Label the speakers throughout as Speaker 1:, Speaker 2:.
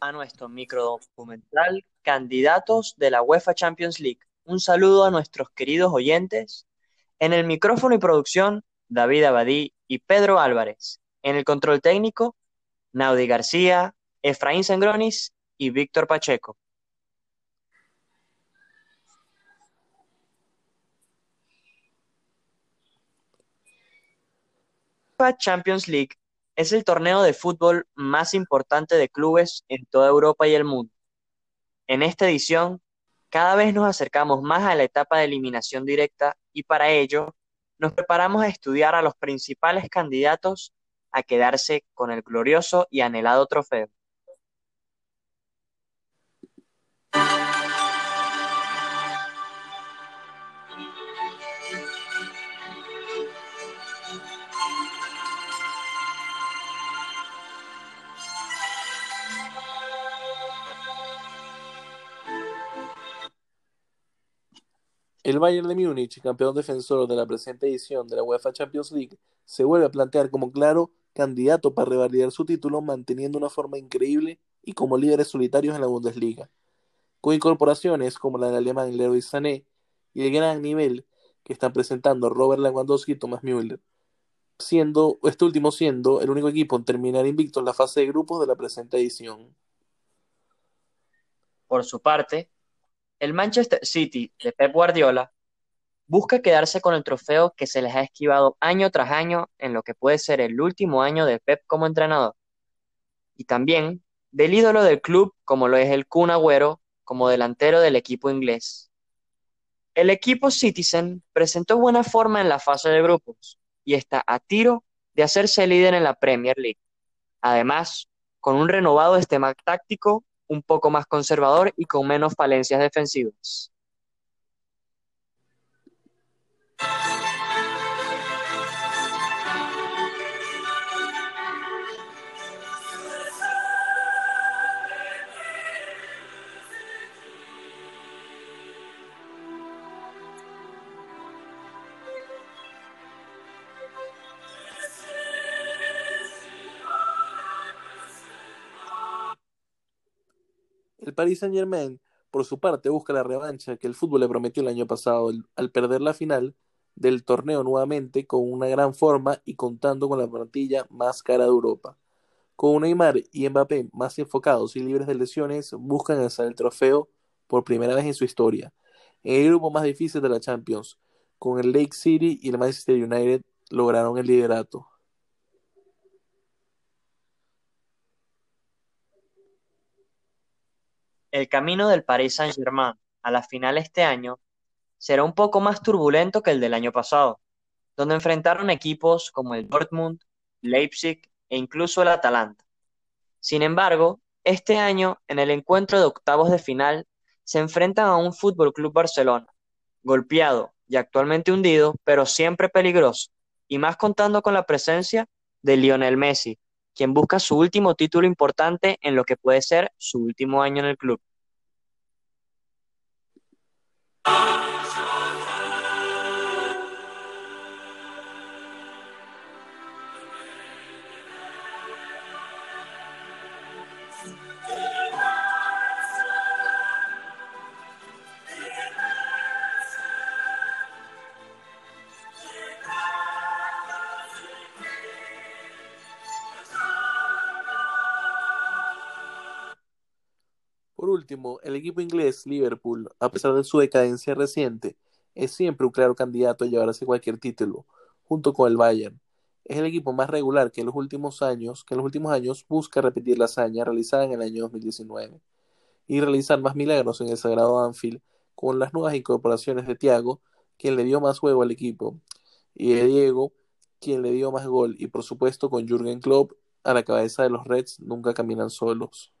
Speaker 1: a nuestro microdocumental Candidatos de la UEFA Champions League. Un saludo a nuestros queridos oyentes. En el micrófono y producción, David Abadí y Pedro Álvarez. En el control técnico, Naudi García, Efraín Sangronis y Víctor Pacheco. UEFA Champions League es el torneo de fútbol más importante de clubes en toda Europa y el mundo. En esta edición, cada vez nos acercamos más a la etapa de eliminación directa y para ello nos preparamos a estudiar a los principales candidatos a quedarse con el glorioso y anhelado trofeo.
Speaker 2: El Bayern de Múnich, campeón defensor de la presente edición de la UEFA Champions League, se vuelve a plantear como claro candidato para revalidar su título manteniendo una forma increíble y como líderes solitarios en la Bundesliga, con incorporaciones como la del alemán Leroy Sané y el gran nivel que están presentando Robert Lewandowski y Thomas Müller, siendo este último siendo el único equipo en terminar invicto en la fase de grupos de la presente edición.
Speaker 1: Por su parte, el Manchester City de Pep Guardiola busca quedarse con el trofeo que se les ha esquivado año tras año en lo que puede ser el último año de Pep como entrenador. Y también del ídolo del club como lo es el Kun Agüero como delantero del equipo inglés. El equipo Citizen presentó buena forma en la fase de grupos y está a tiro de hacerse líder en la Premier League. Además, con un renovado esquema táctico un poco más conservador y con menos falencias defensivas.
Speaker 2: El Paris Saint-Germain, por su parte, busca la revancha que el fútbol le prometió el año pasado al perder la final del torneo nuevamente con una gran forma y contando con la plantilla más cara de Europa. Con Neymar y Mbappé más enfocados y libres de lesiones, buscan alzar el trofeo por primera vez en su historia. En el grupo más difícil de la Champions, con el Lake City y el Manchester United, lograron el liderato.
Speaker 1: el camino del Paris Saint-Germain a la final este año será un poco más turbulento que el del año pasado, donde enfrentaron equipos como el Dortmund, Leipzig e incluso el Atalanta. Sin embargo, este año, en el encuentro de octavos de final, se enfrentan a un Fútbol Club Barcelona, golpeado y actualmente hundido, pero siempre peligroso, y más contando con la presencia de Lionel Messi, quien busca su último título importante en lo que puede ser su último año en el club.
Speaker 2: Por último, el equipo inglés Liverpool, a pesar de su decadencia reciente, es siempre un claro candidato a llevarse cualquier título, junto con el Bayern. Es el equipo más regular que en los últimos años, que en los últimos años busca repetir la hazaña realizada en el año 2019 y realizar más milagros en el sagrado Anfield con las nuevas incorporaciones de Thiago, quien le dio más juego al equipo, y de Diego, quien le dio más gol, y por supuesto con Jürgen Klopp a la cabeza de los Reds nunca caminan solos.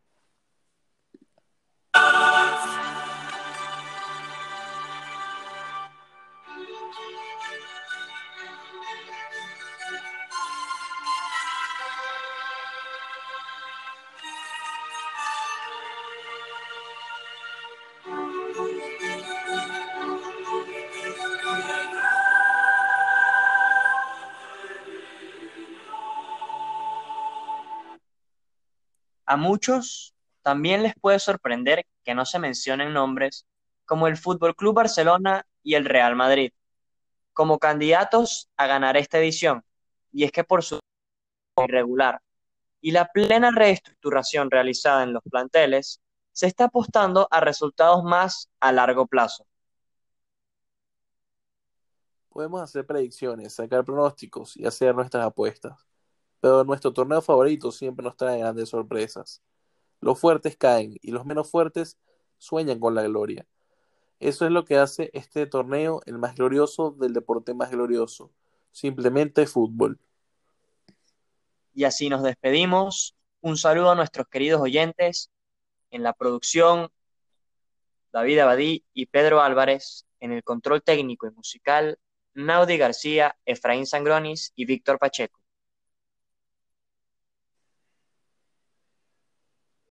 Speaker 1: A muchos También les puede sorprender que no se mencionen nombres como el Fútbol Club Barcelona y el Real Madrid como candidatos a ganar esta edición, y es que por su irregular y la plena reestructuración realizada en los planteles, se está apostando a resultados más a largo plazo.
Speaker 2: Podemos hacer predicciones, sacar pronósticos y hacer nuestras apuestas, pero nuestro torneo favorito siempre nos trae grandes sorpresas. Los fuertes caen y los menos fuertes sueñan con la gloria. Eso es lo que hace este torneo el más glorioso del deporte más glorioso, simplemente fútbol.
Speaker 1: Y así nos despedimos. Un saludo a nuestros queridos oyentes en la producción, David Abadí y Pedro Álvarez, en el control técnico y musical, Naudi García, Efraín Sangronis y Víctor Pacheco.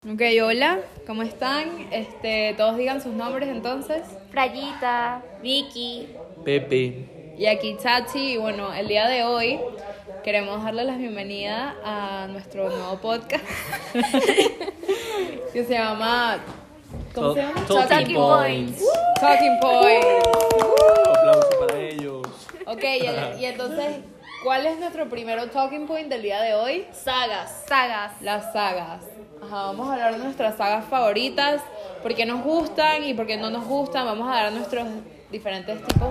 Speaker 3: Ok, hola, ¿cómo están? Este, todos digan sus nombres entonces.
Speaker 4: Frayita, Vicky.
Speaker 5: Pepe.
Speaker 3: Y aquí Chachi, y bueno, el día de hoy queremos darle la bienvenida a nuestro nuevo podcast que se llama... ¿Cómo
Speaker 5: To-
Speaker 3: se llama?
Speaker 5: Talking Points.
Speaker 3: Talking Point.
Speaker 5: Aplauso para ellos.
Speaker 3: Ok, y, el- y entonces, ¿cuál es nuestro primero Talking Point del día de hoy?
Speaker 4: Sagas. Sagas.
Speaker 3: Las sagas. Ajá, vamos a hablar de nuestras sagas favoritas, por qué nos gustan y por qué no nos gustan. Vamos a dar nuestros diferentes tipos,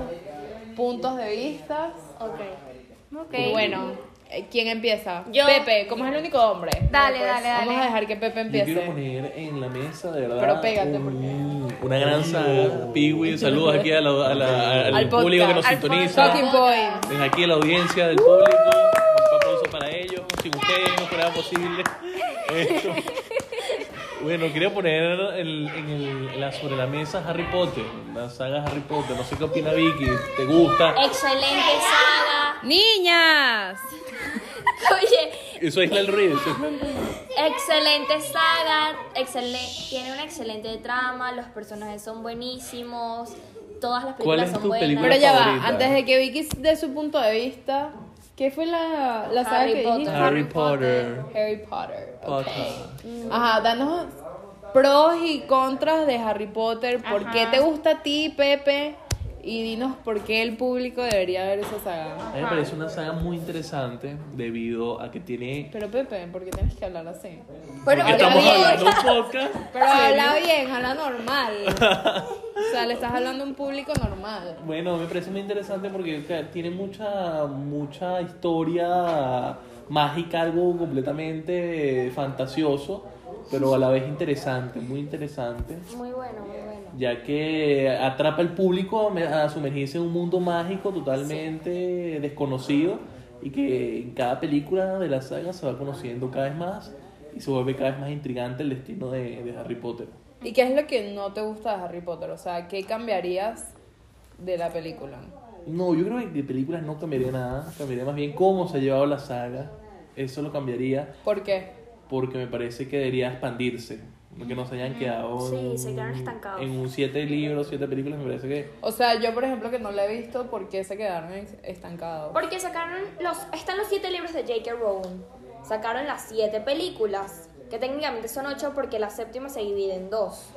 Speaker 3: puntos de vista.
Speaker 4: Ok. Ok.
Speaker 3: Y bueno, eh, ¿quién empieza?
Speaker 4: Yo.
Speaker 3: Pepe, como es el único hombre.
Speaker 4: Dale,
Speaker 3: Pues,
Speaker 4: dale, dale.
Speaker 3: Vamos a dejar que Pepe
Speaker 5: Yo quiero
Speaker 3: empiece.
Speaker 5: poner en la mesa, de verdad.
Speaker 3: Pero pégate,
Speaker 5: un- Una gran saga. Piwi, saludos aquí a la- a la- al,
Speaker 3: Al podcast,
Speaker 5: público que nos
Speaker 4: al
Speaker 5: sintoniza.
Speaker 3: Talking Point.
Speaker 5: Ven aquí a la audiencia del público. Un aplauso para ellos. Sin ustedes no fuera posible esto. Bueno, quería poner el- en el- en la- sobre la mesa Harry Potter, la saga Harry Potter. No sé qué opina Vicky, ¿te gusta?
Speaker 4: Excelente saga.
Speaker 3: Niñas.
Speaker 4: Oye,
Speaker 3: Eh,
Speaker 5: Eso es el ruido. eso aísla el ruido.
Speaker 4: excelente saga. Excelen- Tiene una excelente trama. Los personajes son buenísimos. Todas las películas
Speaker 5: ¿Cuál es
Speaker 4: son
Speaker 5: tu
Speaker 4: buenas.
Speaker 5: película
Speaker 3: Pero ya va,
Speaker 5: favorita.
Speaker 3: antes de que Vicky dé su punto de vista, ¿qué fue la, la saga
Speaker 4: Harry
Speaker 3: que
Speaker 4: Potter.
Speaker 3: dijiste?
Speaker 5: Harry Potter.
Speaker 3: Harry Potter. ok.
Speaker 5: Potter.
Speaker 3: Ajá, danos pros y contras de Harry Potter. ¿Por qué te gusta a ti, Pepe? Y dinos por qué el público debería ver esa saga.
Speaker 5: A mí me parece una saga muy interesante debido a que tiene.
Speaker 3: Pero Pepe, ¿por qué tienes que hablar así?
Speaker 4: Bueno,
Speaker 5: Porque
Speaker 3: ahora
Speaker 5: estamos
Speaker 3: bien.
Speaker 5: hablando un podcast.
Speaker 3: Pero habla bien, habla normal. O sea, le estás hablando a un público normal.
Speaker 5: Bueno, me parece muy interesante porque o sea, tiene mucha, mucha historia mágica, algo completamente fantasioso, pero a la vez interesante, muy interesante,
Speaker 4: Muy bueno, muy bueno.
Speaker 5: ya que atrapa al público a me- a sumergirse en un mundo mágico totalmente desconocido y que en cada película de la saga se va conociendo cada vez más y se vuelve cada vez más intrigante el destino de, de Harry Potter.
Speaker 3: ¿Y qué es lo que no te gusta de Harry Potter? O sea, ¿qué cambiarías de la película?
Speaker 5: No, yo creo que de películas no cambiaría nada. Cambiaría más bien cómo se ha llevado la saga. Eso lo cambiaría
Speaker 3: ¿Por qué?
Speaker 5: porque me parece que debería expandirse. Porque no se hayan quedado
Speaker 4: Sí,
Speaker 5: en-
Speaker 4: se quedaron estancados.
Speaker 5: en un siete libros, siete películas. Me parece que
Speaker 3: O sea, yo por ejemplo que no la he visto, ¿por qué se quedaron ex- estancados?
Speaker 4: Porque sacaron los. Están los siete libros de J.K. Rowling. Sacaron las siete películas. Que técnicamente son ocho porque la séptima se divide en dos.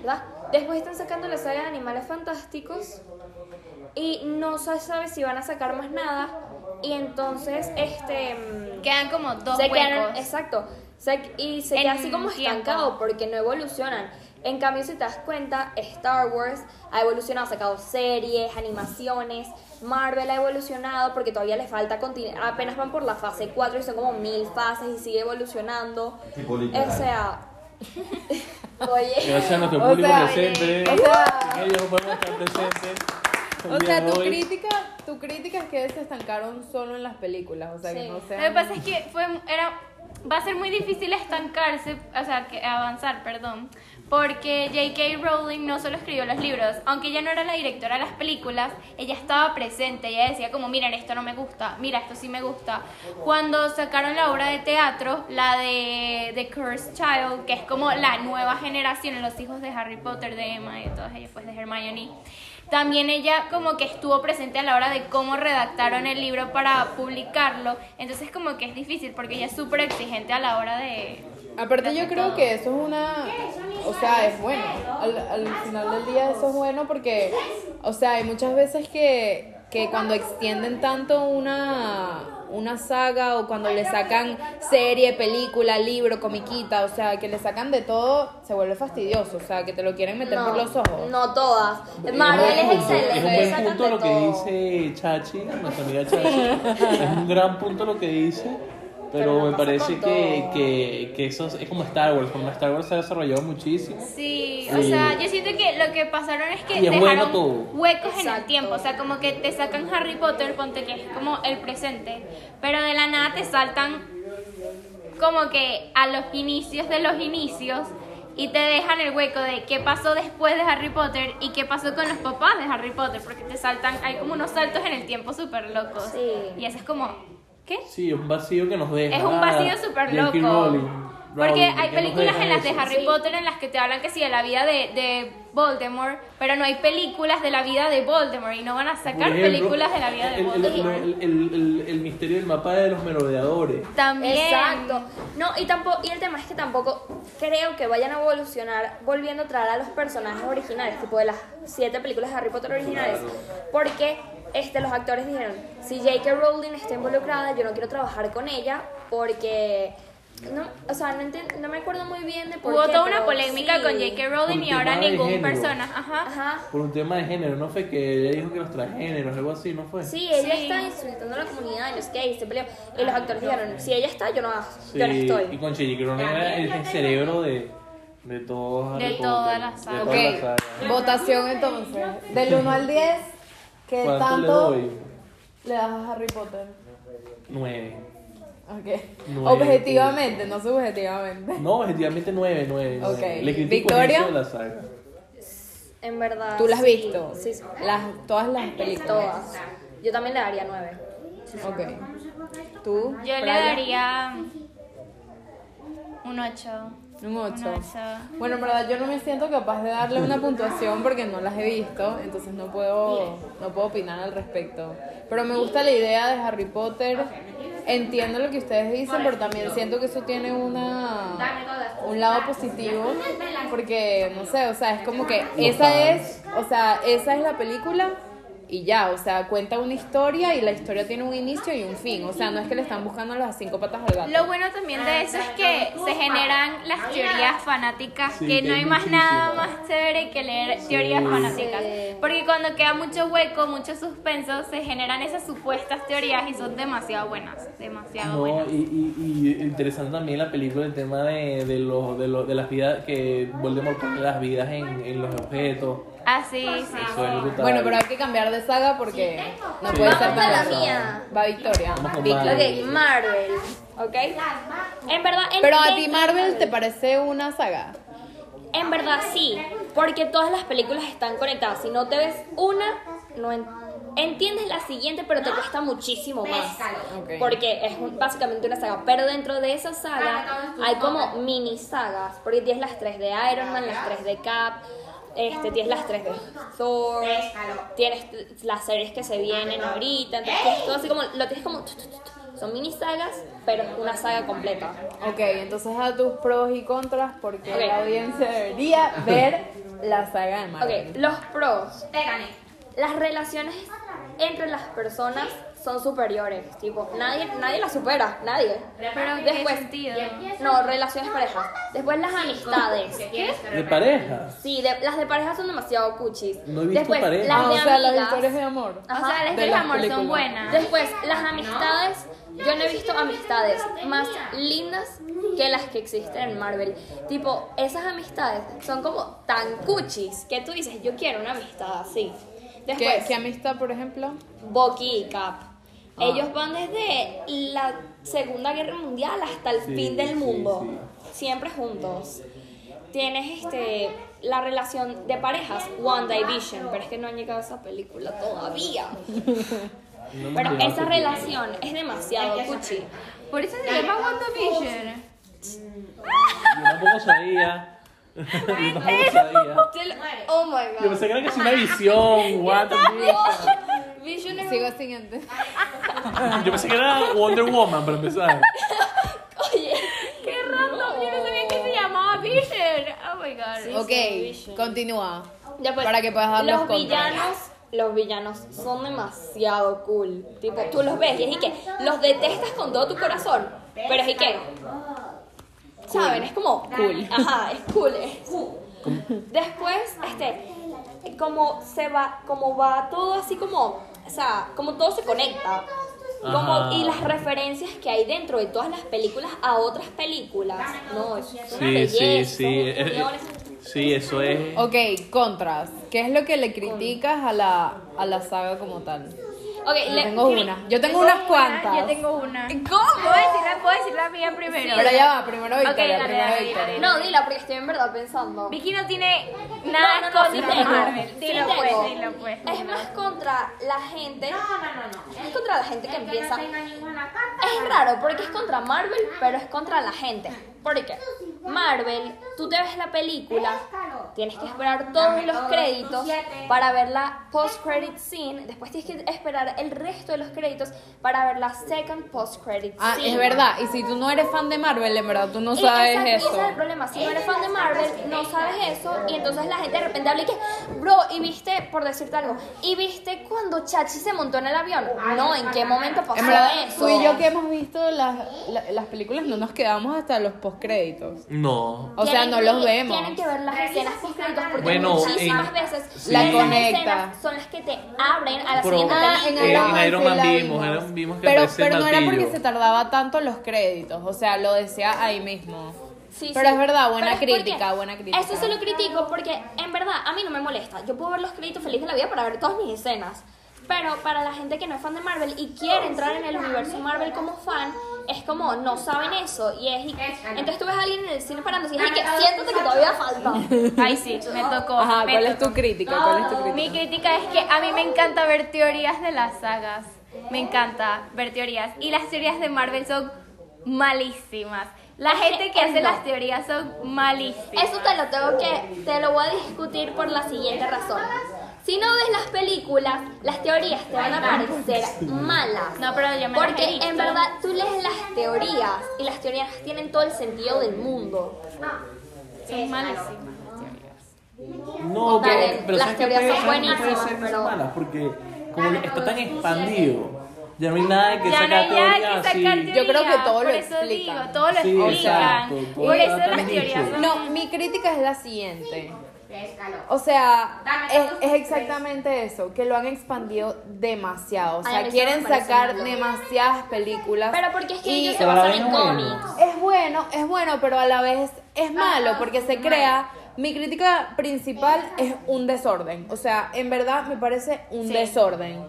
Speaker 4: ¿Verdad? Después están sacando la saga de Animales Fantásticos. Y no se sabe si van a sacar más nada. Y entonces, este. mm,
Speaker 6: Quedan como dos
Speaker 4: se
Speaker 6: huecos.
Speaker 4: quedaron, exacto, se- y se
Speaker 6: En
Speaker 4: queda así como
Speaker 6: tiempo.
Speaker 4: estancado porque no evolucionan. En cambio, si te das cuenta, Star Wars ha evolucionado, ha sacado series, animaciones, Marvel ha evolucionado porque todavía le falta continu- apenas van por la fase 4 y son como mil fases y sigue evolucionando. O sea, oye,
Speaker 5: gracias a nuestro
Speaker 3: O
Speaker 5: público
Speaker 3: sea, eh,
Speaker 5: presente.
Speaker 3: o sea-
Speaker 5: Ellos no podemos estar presentes. el
Speaker 3: O
Speaker 5: día
Speaker 3: sea,
Speaker 5: de
Speaker 3: tu
Speaker 5: hoy.
Speaker 3: crítica, tu crítica es que se estancaron solo en las películas, o sea, que
Speaker 4: Sí.
Speaker 3: no
Speaker 6: Lo que
Speaker 3: sean...
Speaker 6: pasa es que fue, era, va a ser muy difícil estancarse, o sea, que avanzar, perdón, porque J.K. Rowling no solo escribió los libros, aunque ella no era la directora de las películas, ella estaba presente, ella decía como, miren, esto no me gusta, mira, esto sí me gusta. Cuando sacaron la obra de teatro, la de The Cursed Child, que es como la nueva generación, los hijos de Harry Potter, de Emma y de todas ellas, pues de Hermione. También ella como que estuvo presente a la hora de cómo redactaron el libro para publicarlo. Entonces como que es difícil porque ella es súper exigente a la hora de,
Speaker 3: Aparte yo creo que eso es una, o sea, es bueno. Al, al final del día eso es bueno porque, o sea, hay muchas veces que, que cuando extienden tanto una, una saga o cuando le sacan serie, película, libro, comiquita, o sea, que le sacan de todo, se vuelve fastidioso, o sea, que te lo quieren meter por los ojos.
Speaker 4: No todas.
Speaker 5: Es
Speaker 4: Marvel
Speaker 5: un
Speaker 4: es
Speaker 5: buen punto, Es
Speaker 4: excelente.
Speaker 5: un buen
Speaker 4: sacan
Speaker 5: punto
Speaker 4: de
Speaker 5: lo
Speaker 4: todo.
Speaker 5: que dice Chachi, nuestra amiga Chachi. Es un gran punto lo que dice. Pero,
Speaker 4: Pero no
Speaker 5: me
Speaker 4: pasa
Speaker 5: parece
Speaker 4: con
Speaker 5: que,
Speaker 4: todo.
Speaker 5: que, que eso es es como Star Wars. Como Star Wars se ha desarrollado muchísimo.
Speaker 6: Sí, o
Speaker 5: Sí.
Speaker 6: sea, yo siento que lo que pasaron es que
Speaker 5: Y es bueno
Speaker 6: dejaron
Speaker 5: todo.
Speaker 6: huecos en el
Speaker 4: Exacto.
Speaker 6: tiempo, o sea, como que te sacan Harry Potter, ponte que es como el presente, pero de la nada te saltan como que a los inicios de los inicios y te dejan el hueco de qué pasó después de Harry Potter y qué pasó con los papás de Harry Potter, porque te saltan, hay como unos saltos en el tiempo súper locos.
Speaker 4: Sí.
Speaker 6: Y eso es como, ¿qué?
Speaker 5: Sí, es un vacío que nos deja.
Speaker 6: Es un vacío súper
Speaker 5: J.K.
Speaker 6: loco.
Speaker 5: Rowling, Rowling,
Speaker 6: Porque hay
Speaker 5: que nos
Speaker 6: películas
Speaker 5: deja
Speaker 6: en las de
Speaker 5: eso.
Speaker 6: Harry Potter en las que te hablan que sí de la vida de, de Voldemort, pero no hay películas de la vida de Voldemort y no van a sacar
Speaker 5: Por ejemplo,
Speaker 6: películas de la vida de
Speaker 5: el- el-
Speaker 6: Voldemort.
Speaker 5: el- el- el- el misterio del mapa de los merodeadores.
Speaker 6: También.
Speaker 4: Exacto. No, y tampoco, y el tema es que tampoco creo que vayan a evolucionar volviendo a traer a los personajes originales, tipo de las siete películas de Harry Potter originales. Porque este, los actores dijeron, si J.K. Rowling está involucrada, yo no quiero trabajar con ella porque no, o sea, no, enten- no me acuerdo muy bien de por
Speaker 6: Hubo
Speaker 4: qué,
Speaker 6: toda una
Speaker 4: pero
Speaker 6: polémica
Speaker 4: sí.
Speaker 6: con J.K. Rowling
Speaker 5: Por
Speaker 6: y ahora
Speaker 5: tema de
Speaker 6: ningún
Speaker 5: género.
Speaker 6: persona. Ajá.
Speaker 4: Ajá.
Speaker 5: Por un tema de género, ¿no fue que ella dijo que los transgéneros, algo así, ¿no fue?
Speaker 4: Sí, ella
Speaker 6: Sí.
Speaker 4: está insultando a la comunidad y los gays se peleó. Y los actores dijeron, si ella está, yo no,
Speaker 5: Sí,
Speaker 4: yo no estoy.
Speaker 5: Y con J.K. Rowling era el, el cerebro de, de todo Harry
Speaker 6: De
Speaker 5: Potter,
Speaker 6: toda la saga.
Speaker 5: De
Speaker 6: Ok.
Speaker 5: toda la saga.
Speaker 3: Ok, votación entonces. Del 1 al 10, ¿qué
Speaker 5: ¿Cuánto le
Speaker 3: tanto
Speaker 5: doy?
Speaker 3: le das a Harry Potter?
Speaker 5: Nueve.
Speaker 3: Ok.
Speaker 5: Nueve.
Speaker 3: Objetivamente, no subjetivamente.
Speaker 5: No, objetivamente nueve, nueve.
Speaker 3: Ok.
Speaker 5: nueve. Le critico
Speaker 3: ¿Victoria?
Speaker 5: eso de la saga.
Speaker 4: En verdad.
Speaker 3: ¿Tú las has
Speaker 4: sí.
Speaker 3: visto?
Speaker 4: Sí, sí.
Speaker 3: Las, todas las películas.
Speaker 4: Todas. Yo también le daría nueve.
Speaker 3: Ok. ¿Tú?
Speaker 6: Yo le
Speaker 3: Brian?
Speaker 6: daría un 8.
Speaker 3: Un 8.
Speaker 6: Un ocho.
Speaker 3: Bueno, en verdad yo no me siento capaz de darle una puntuación porque no las he visto, entonces no puedo, no puedo opinar al respecto. Pero me gusta la idea de Harry Potter. Entiendo lo que ustedes dicen, pero también siento que eso tiene una un lado positivo porque no sé, o sea, es como que esa es, o sea, esa es la película y ya, o sea, cuenta una historia y la historia tiene un inicio y un fin, o sea, no es que le están buscando las cinco patas al gato.
Speaker 6: Lo bueno también de eso es que se generan las teorías fanáticas,
Speaker 5: Sí,
Speaker 6: que
Speaker 5: que
Speaker 6: no hay
Speaker 5: hay
Speaker 6: más nada
Speaker 5: muchísimas.
Speaker 6: más chévere que leer teorías fanáticas. Porque cuando queda mucho hueco, mucho suspenso, se generan esas supuestas teorías y son demasiado buenas, demasiado
Speaker 5: No,
Speaker 6: buenas.
Speaker 5: y, y, y interesante también la película, el tema de, de, los, de, los, de las vidas, que Voldemort pone las vidas en, en los objetos.
Speaker 6: Así, Ah, sí.
Speaker 5: Eso es brutal.
Speaker 3: Bueno, pero hay que cambiar de saga porque no
Speaker 5: Sí.
Speaker 3: puede
Speaker 5: Vamos
Speaker 3: ser
Speaker 5: con la
Speaker 3: tan
Speaker 4: mía.
Speaker 3: Va Victoria.
Speaker 5: Vamos con
Speaker 3: Vic-
Speaker 5: Marvel.
Speaker 4: Ok, Marvel. Ok. En verdad, en
Speaker 3: Pero a
Speaker 4: en-
Speaker 3: ti Marvel te parece una saga.
Speaker 4: En verdad sí, porque todas las películas están conectadas. Si no te ves una, no en- entiendes la siguiente, pero te cuesta muchísimo más.
Speaker 3: Ok.
Speaker 4: Porque es un- básicamente una saga. Pero dentro de esa saga hay como mini sagas. Porque tienes las tres de Iron Man, las tres de Cap, este, tienes las tres de Thor, tienes t- las series que se vienen ahorita. Entonces tienes todo así como, lo tienes como... tu, tu, tu, tu. Son mini sagas, pero es una saga completa.
Speaker 3: Ok, entonces a tus pros y contras porque
Speaker 4: Ok.
Speaker 3: la audiencia debería ver la saga de Marvel.
Speaker 4: Ok, los pros. las relaciones entre las personas son superiores. Tipo, nadie, nadie las supera, nadie.
Speaker 6: Pero ¿en qué
Speaker 4: Después,
Speaker 6: sentido?
Speaker 4: no, relaciones parejas. Después las amistades.
Speaker 5: ¿De pareja?
Speaker 4: Sí, de- las de parejas son demasiado cuchis.
Speaker 5: No he visto
Speaker 4: Después,
Speaker 5: parejas.
Speaker 3: Ah,
Speaker 4: las
Speaker 3: o
Speaker 4: de
Speaker 3: sea, las
Speaker 4: amigas.
Speaker 3: historias de amor.
Speaker 6: O sea,
Speaker 4: Ajá.
Speaker 6: las
Speaker 3: de
Speaker 6: del
Speaker 3: las
Speaker 6: amor son
Speaker 3: películas.
Speaker 6: buenas.
Speaker 4: Después, las amistades. Yo no he visto amistades más lindas que las que existen en Marvel. Tipo, esas amistades son como tan cuchis que tú dices, yo quiero una amistad así. Después,
Speaker 3: ¿Qué, qué Ah. amistad, por ejemplo?
Speaker 4: Bucky y Cap. Ellos van desde la Segunda Guerra Mundial hasta el
Speaker 5: Sí,
Speaker 4: fin del
Speaker 5: sí,
Speaker 4: mundo.
Speaker 5: sí.
Speaker 4: Siempre juntos. Tienes este la relación de parejas, One Division, pero es que no han llegado a esa película todavía.
Speaker 5: No me
Speaker 4: Pero
Speaker 5: acuerdo.
Speaker 4: esa relación es demasiado cuchi.
Speaker 6: Por eso se llama WandaVision.
Speaker 5: Yo tampoco sabía. Yo tampoco sabía.
Speaker 4: Te lo- Oh my
Speaker 5: Yo
Speaker 4: god.
Speaker 5: pensé que era casi una visión, what the fuck.
Speaker 4: Vision es
Speaker 3: Sigo siguiente.
Speaker 4: Ah,
Speaker 5: Yo pensé que era Wonder Woman para empezar.
Speaker 4: Oye, qué random, yo no sabía
Speaker 6: Ah, Oh, Sí,
Speaker 3: Ok, continúa.
Speaker 4: Ya, pues,
Speaker 3: Para que puedas dar los contras.
Speaker 4: villanos. Los villanos son demasiado cool. Tipo, tú los ves y es y que los detestas con todo tu corazón. Pero es y que. ¿Saben? Es como. Cool. Ajá, es cool. es cool. Después, este. Como se va. Como va todo así como. O sea, como todo se conecta. Como,
Speaker 5: Ajá.
Speaker 4: y las referencias que hay dentro de todas las películas a otras películas. No, eso es una
Speaker 5: Sí, sí,
Speaker 4: belleza,
Speaker 5: sí.
Speaker 4: unos
Speaker 5: eh,
Speaker 4: guiones.
Speaker 5: Sí, eso es.
Speaker 3: Ok, contras. ¿Qué es lo que le criticas a la, a la saga como tal?
Speaker 4: Ok,
Speaker 3: Yo
Speaker 4: le-
Speaker 3: tengo
Speaker 4: cri-
Speaker 3: una. Yo tengo unas cuantas.
Speaker 6: Yo tengo una.
Speaker 3: ¿Cómo?
Speaker 6: ¿Puedo decir la, puedo decir la mía primero?
Speaker 3: Pero ya va, primero Victoria,
Speaker 6: Ok, dale,
Speaker 3: primero
Speaker 6: dale,
Speaker 3: Victoria.
Speaker 6: dale.
Speaker 4: No, dila, porque estoy en verdad pensando.
Speaker 6: Vicky no tiene
Speaker 4: No,
Speaker 6: nada
Speaker 4: no, no, sí
Speaker 6: contra
Speaker 4: tengo,
Speaker 6: Marvel.
Speaker 4: sí
Speaker 6: Dilo
Speaker 4: tengo.
Speaker 6: pues, dilo pues.
Speaker 4: Es más contra la gente. No, no, no, Es contra la gente que empieza. Es raro porque es contra Marvel, pero es contra la gente. Porque Marvel, tú te ves la película, tienes que esperar todos los créditos para ver la post-credit scene, después tienes que esperar el resto de los créditos para ver la second post-credit scene.
Speaker 3: Ah, es verdad. Y si tú no eres fan de Marvel, en verdad, tú no
Speaker 4: Y
Speaker 3: sabes
Speaker 4: esa-
Speaker 3: eso.
Speaker 4: Ese es el problema. Si no eres fan de Marvel, no sabes eso. Y entonces la gente de repente habla y que, bro, y viste, por decirte algo, y viste cuando Chachi se montó en el avión. Ah, No, ¿en qué momento pasó
Speaker 3: En verdad,
Speaker 4: eso?
Speaker 3: tú y yo que hemos visto las, la- las películas no nos quedamos hasta los postcréditos.
Speaker 5: No.
Speaker 3: O sea,
Speaker 4: Tienen
Speaker 3: no
Speaker 4: que-
Speaker 3: los vemos.
Speaker 4: Tienen que ver las escenas postcréditos porque
Speaker 5: Bueno,
Speaker 4: muchísimas
Speaker 5: en-
Speaker 4: veces
Speaker 5: sí.
Speaker 3: La
Speaker 4: esas
Speaker 3: conecta.
Speaker 4: escenas son las que te abren a la
Speaker 5: Pero-
Speaker 4: siguiente
Speaker 5: Ah,
Speaker 4: película.
Speaker 5: en Iron
Speaker 3: Man
Speaker 5: En Iron Man
Speaker 3: sí la
Speaker 5: vimos, Iron- vimos que
Speaker 3: pero
Speaker 5: aparece el
Speaker 3: pero no era porque
Speaker 5: martillo.
Speaker 3: se tardaba tanto los créditos, o sea, lo decía ahí mismo.
Speaker 4: Sí,
Speaker 3: pero
Speaker 4: sí.
Speaker 3: es verdad, buena
Speaker 4: Pero es porque
Speaker 3: crítica, buena crítica.
Speaker 4: Eso se lo critico porque en verdad a mí no me molesta. Yo puedo ver los créditos feliz de la vida para ver todas mis escenas. Pero para la gente que no es fan de Marvel y quiere entrar en el universo Marvel como fan, es como no saben eso. Y es. y-
Speaker 6: ah,
Speaker 4: entonces tú ves a alguien en el cine parándose y es y que siéntate que todavía falta.
Speaker 6: Ay, sí, me tocó.
Speaker 3: Ajá,
Speaker 6: me
Speaker 3: ¿cuál es
Speaker 6: tocó.
Speaker 3: tu crítica? ¿Cuál es tu crítica?
Speaker 6: Mi crítica es que a mí me encanta ver teorías de las sagas. Me encanta ver teorías. Y las teorías de Marvel son malísimas. La gente que hace
Speaker 4: no.
Speaker 6: las teorías son malísimas.
Speaker 4: Eso te lo tengo que. Te lo voy a discutir por la siguiente razón. Si no ves las películas, las teorías te van a parecer malas.
Speaker 6: No, pero yo me las he
Speaker 4: Porque
Speaker 6: visto.
Speaker 4: en verdad tú lees las teorías y las teorías tienen todo el sentido del mundo.
Speaker 6: Son malísimas las teorías.
Speaker 5: No, pero,
Speaker 4: Dale,
Speaker 5: pero
Speaker 4: las
Speaker 5: ¿sabes qué
Speaker 4: teorías
Speaker 5: puede-
Speaker 4: son
Speaker 5: sabes qué puede
Speaker 4: buenísimas,
Speaker 5: ser que
Speaker 4: pero-
Speaker 5: son malas? Porque como está tan expandido, ya no hay nada que
Speaker 6: Ya no
Speaker 5: sacar
Speaker 6: hay nada
Speaker 5: teoría
Speaker 6: que
Speaker 5: así.
Speaker 6: sacar
Speaker 3: Yo creo que
Speaker 6: teoría,
Speaker 3: todo lo
Speaker 6: por eso
Speaker 3: explican.
Speaker 6: digo, todo lo
Speaker 5: Sí,
Speaker 6: explican.
Speaker 5: exacto, todo
Speaker 6: Por eso
Speaker 5: está
Speaker 6: las
Speaker 5: tan
Speaker 6: teorías
Speaker 5: dicho.
Speaker 6: son
Speaker 3: No, mi crítica es la siguiente. O sea, es, es exactamente eso, que lo han expandido demasiado. O
Speaker 4: Ay, a mí
Speaker 3: sea,
Speaker 4: eso
Speaker 3: quieren
Speaker 4: me parece
Speaker 3: sacar
Speaker 4: malo.
Speaker 3: demasiadas películas.
Speaker 4: Pero porque es que
Speaker 3: y-
Speaker 4: ellos se
Speaker 5: Pero
Speaker 4: basan
Speaker 5: ahí
Speaker 4: en
Speaker 5: no hay.
Speaker 4: cómics. Ah,
Speaker 3: Es bueno, es bueno, pero a la vez es malo porque se crea. Mi crítica principal es un desorden. O sea, en verdad me parece un desorden.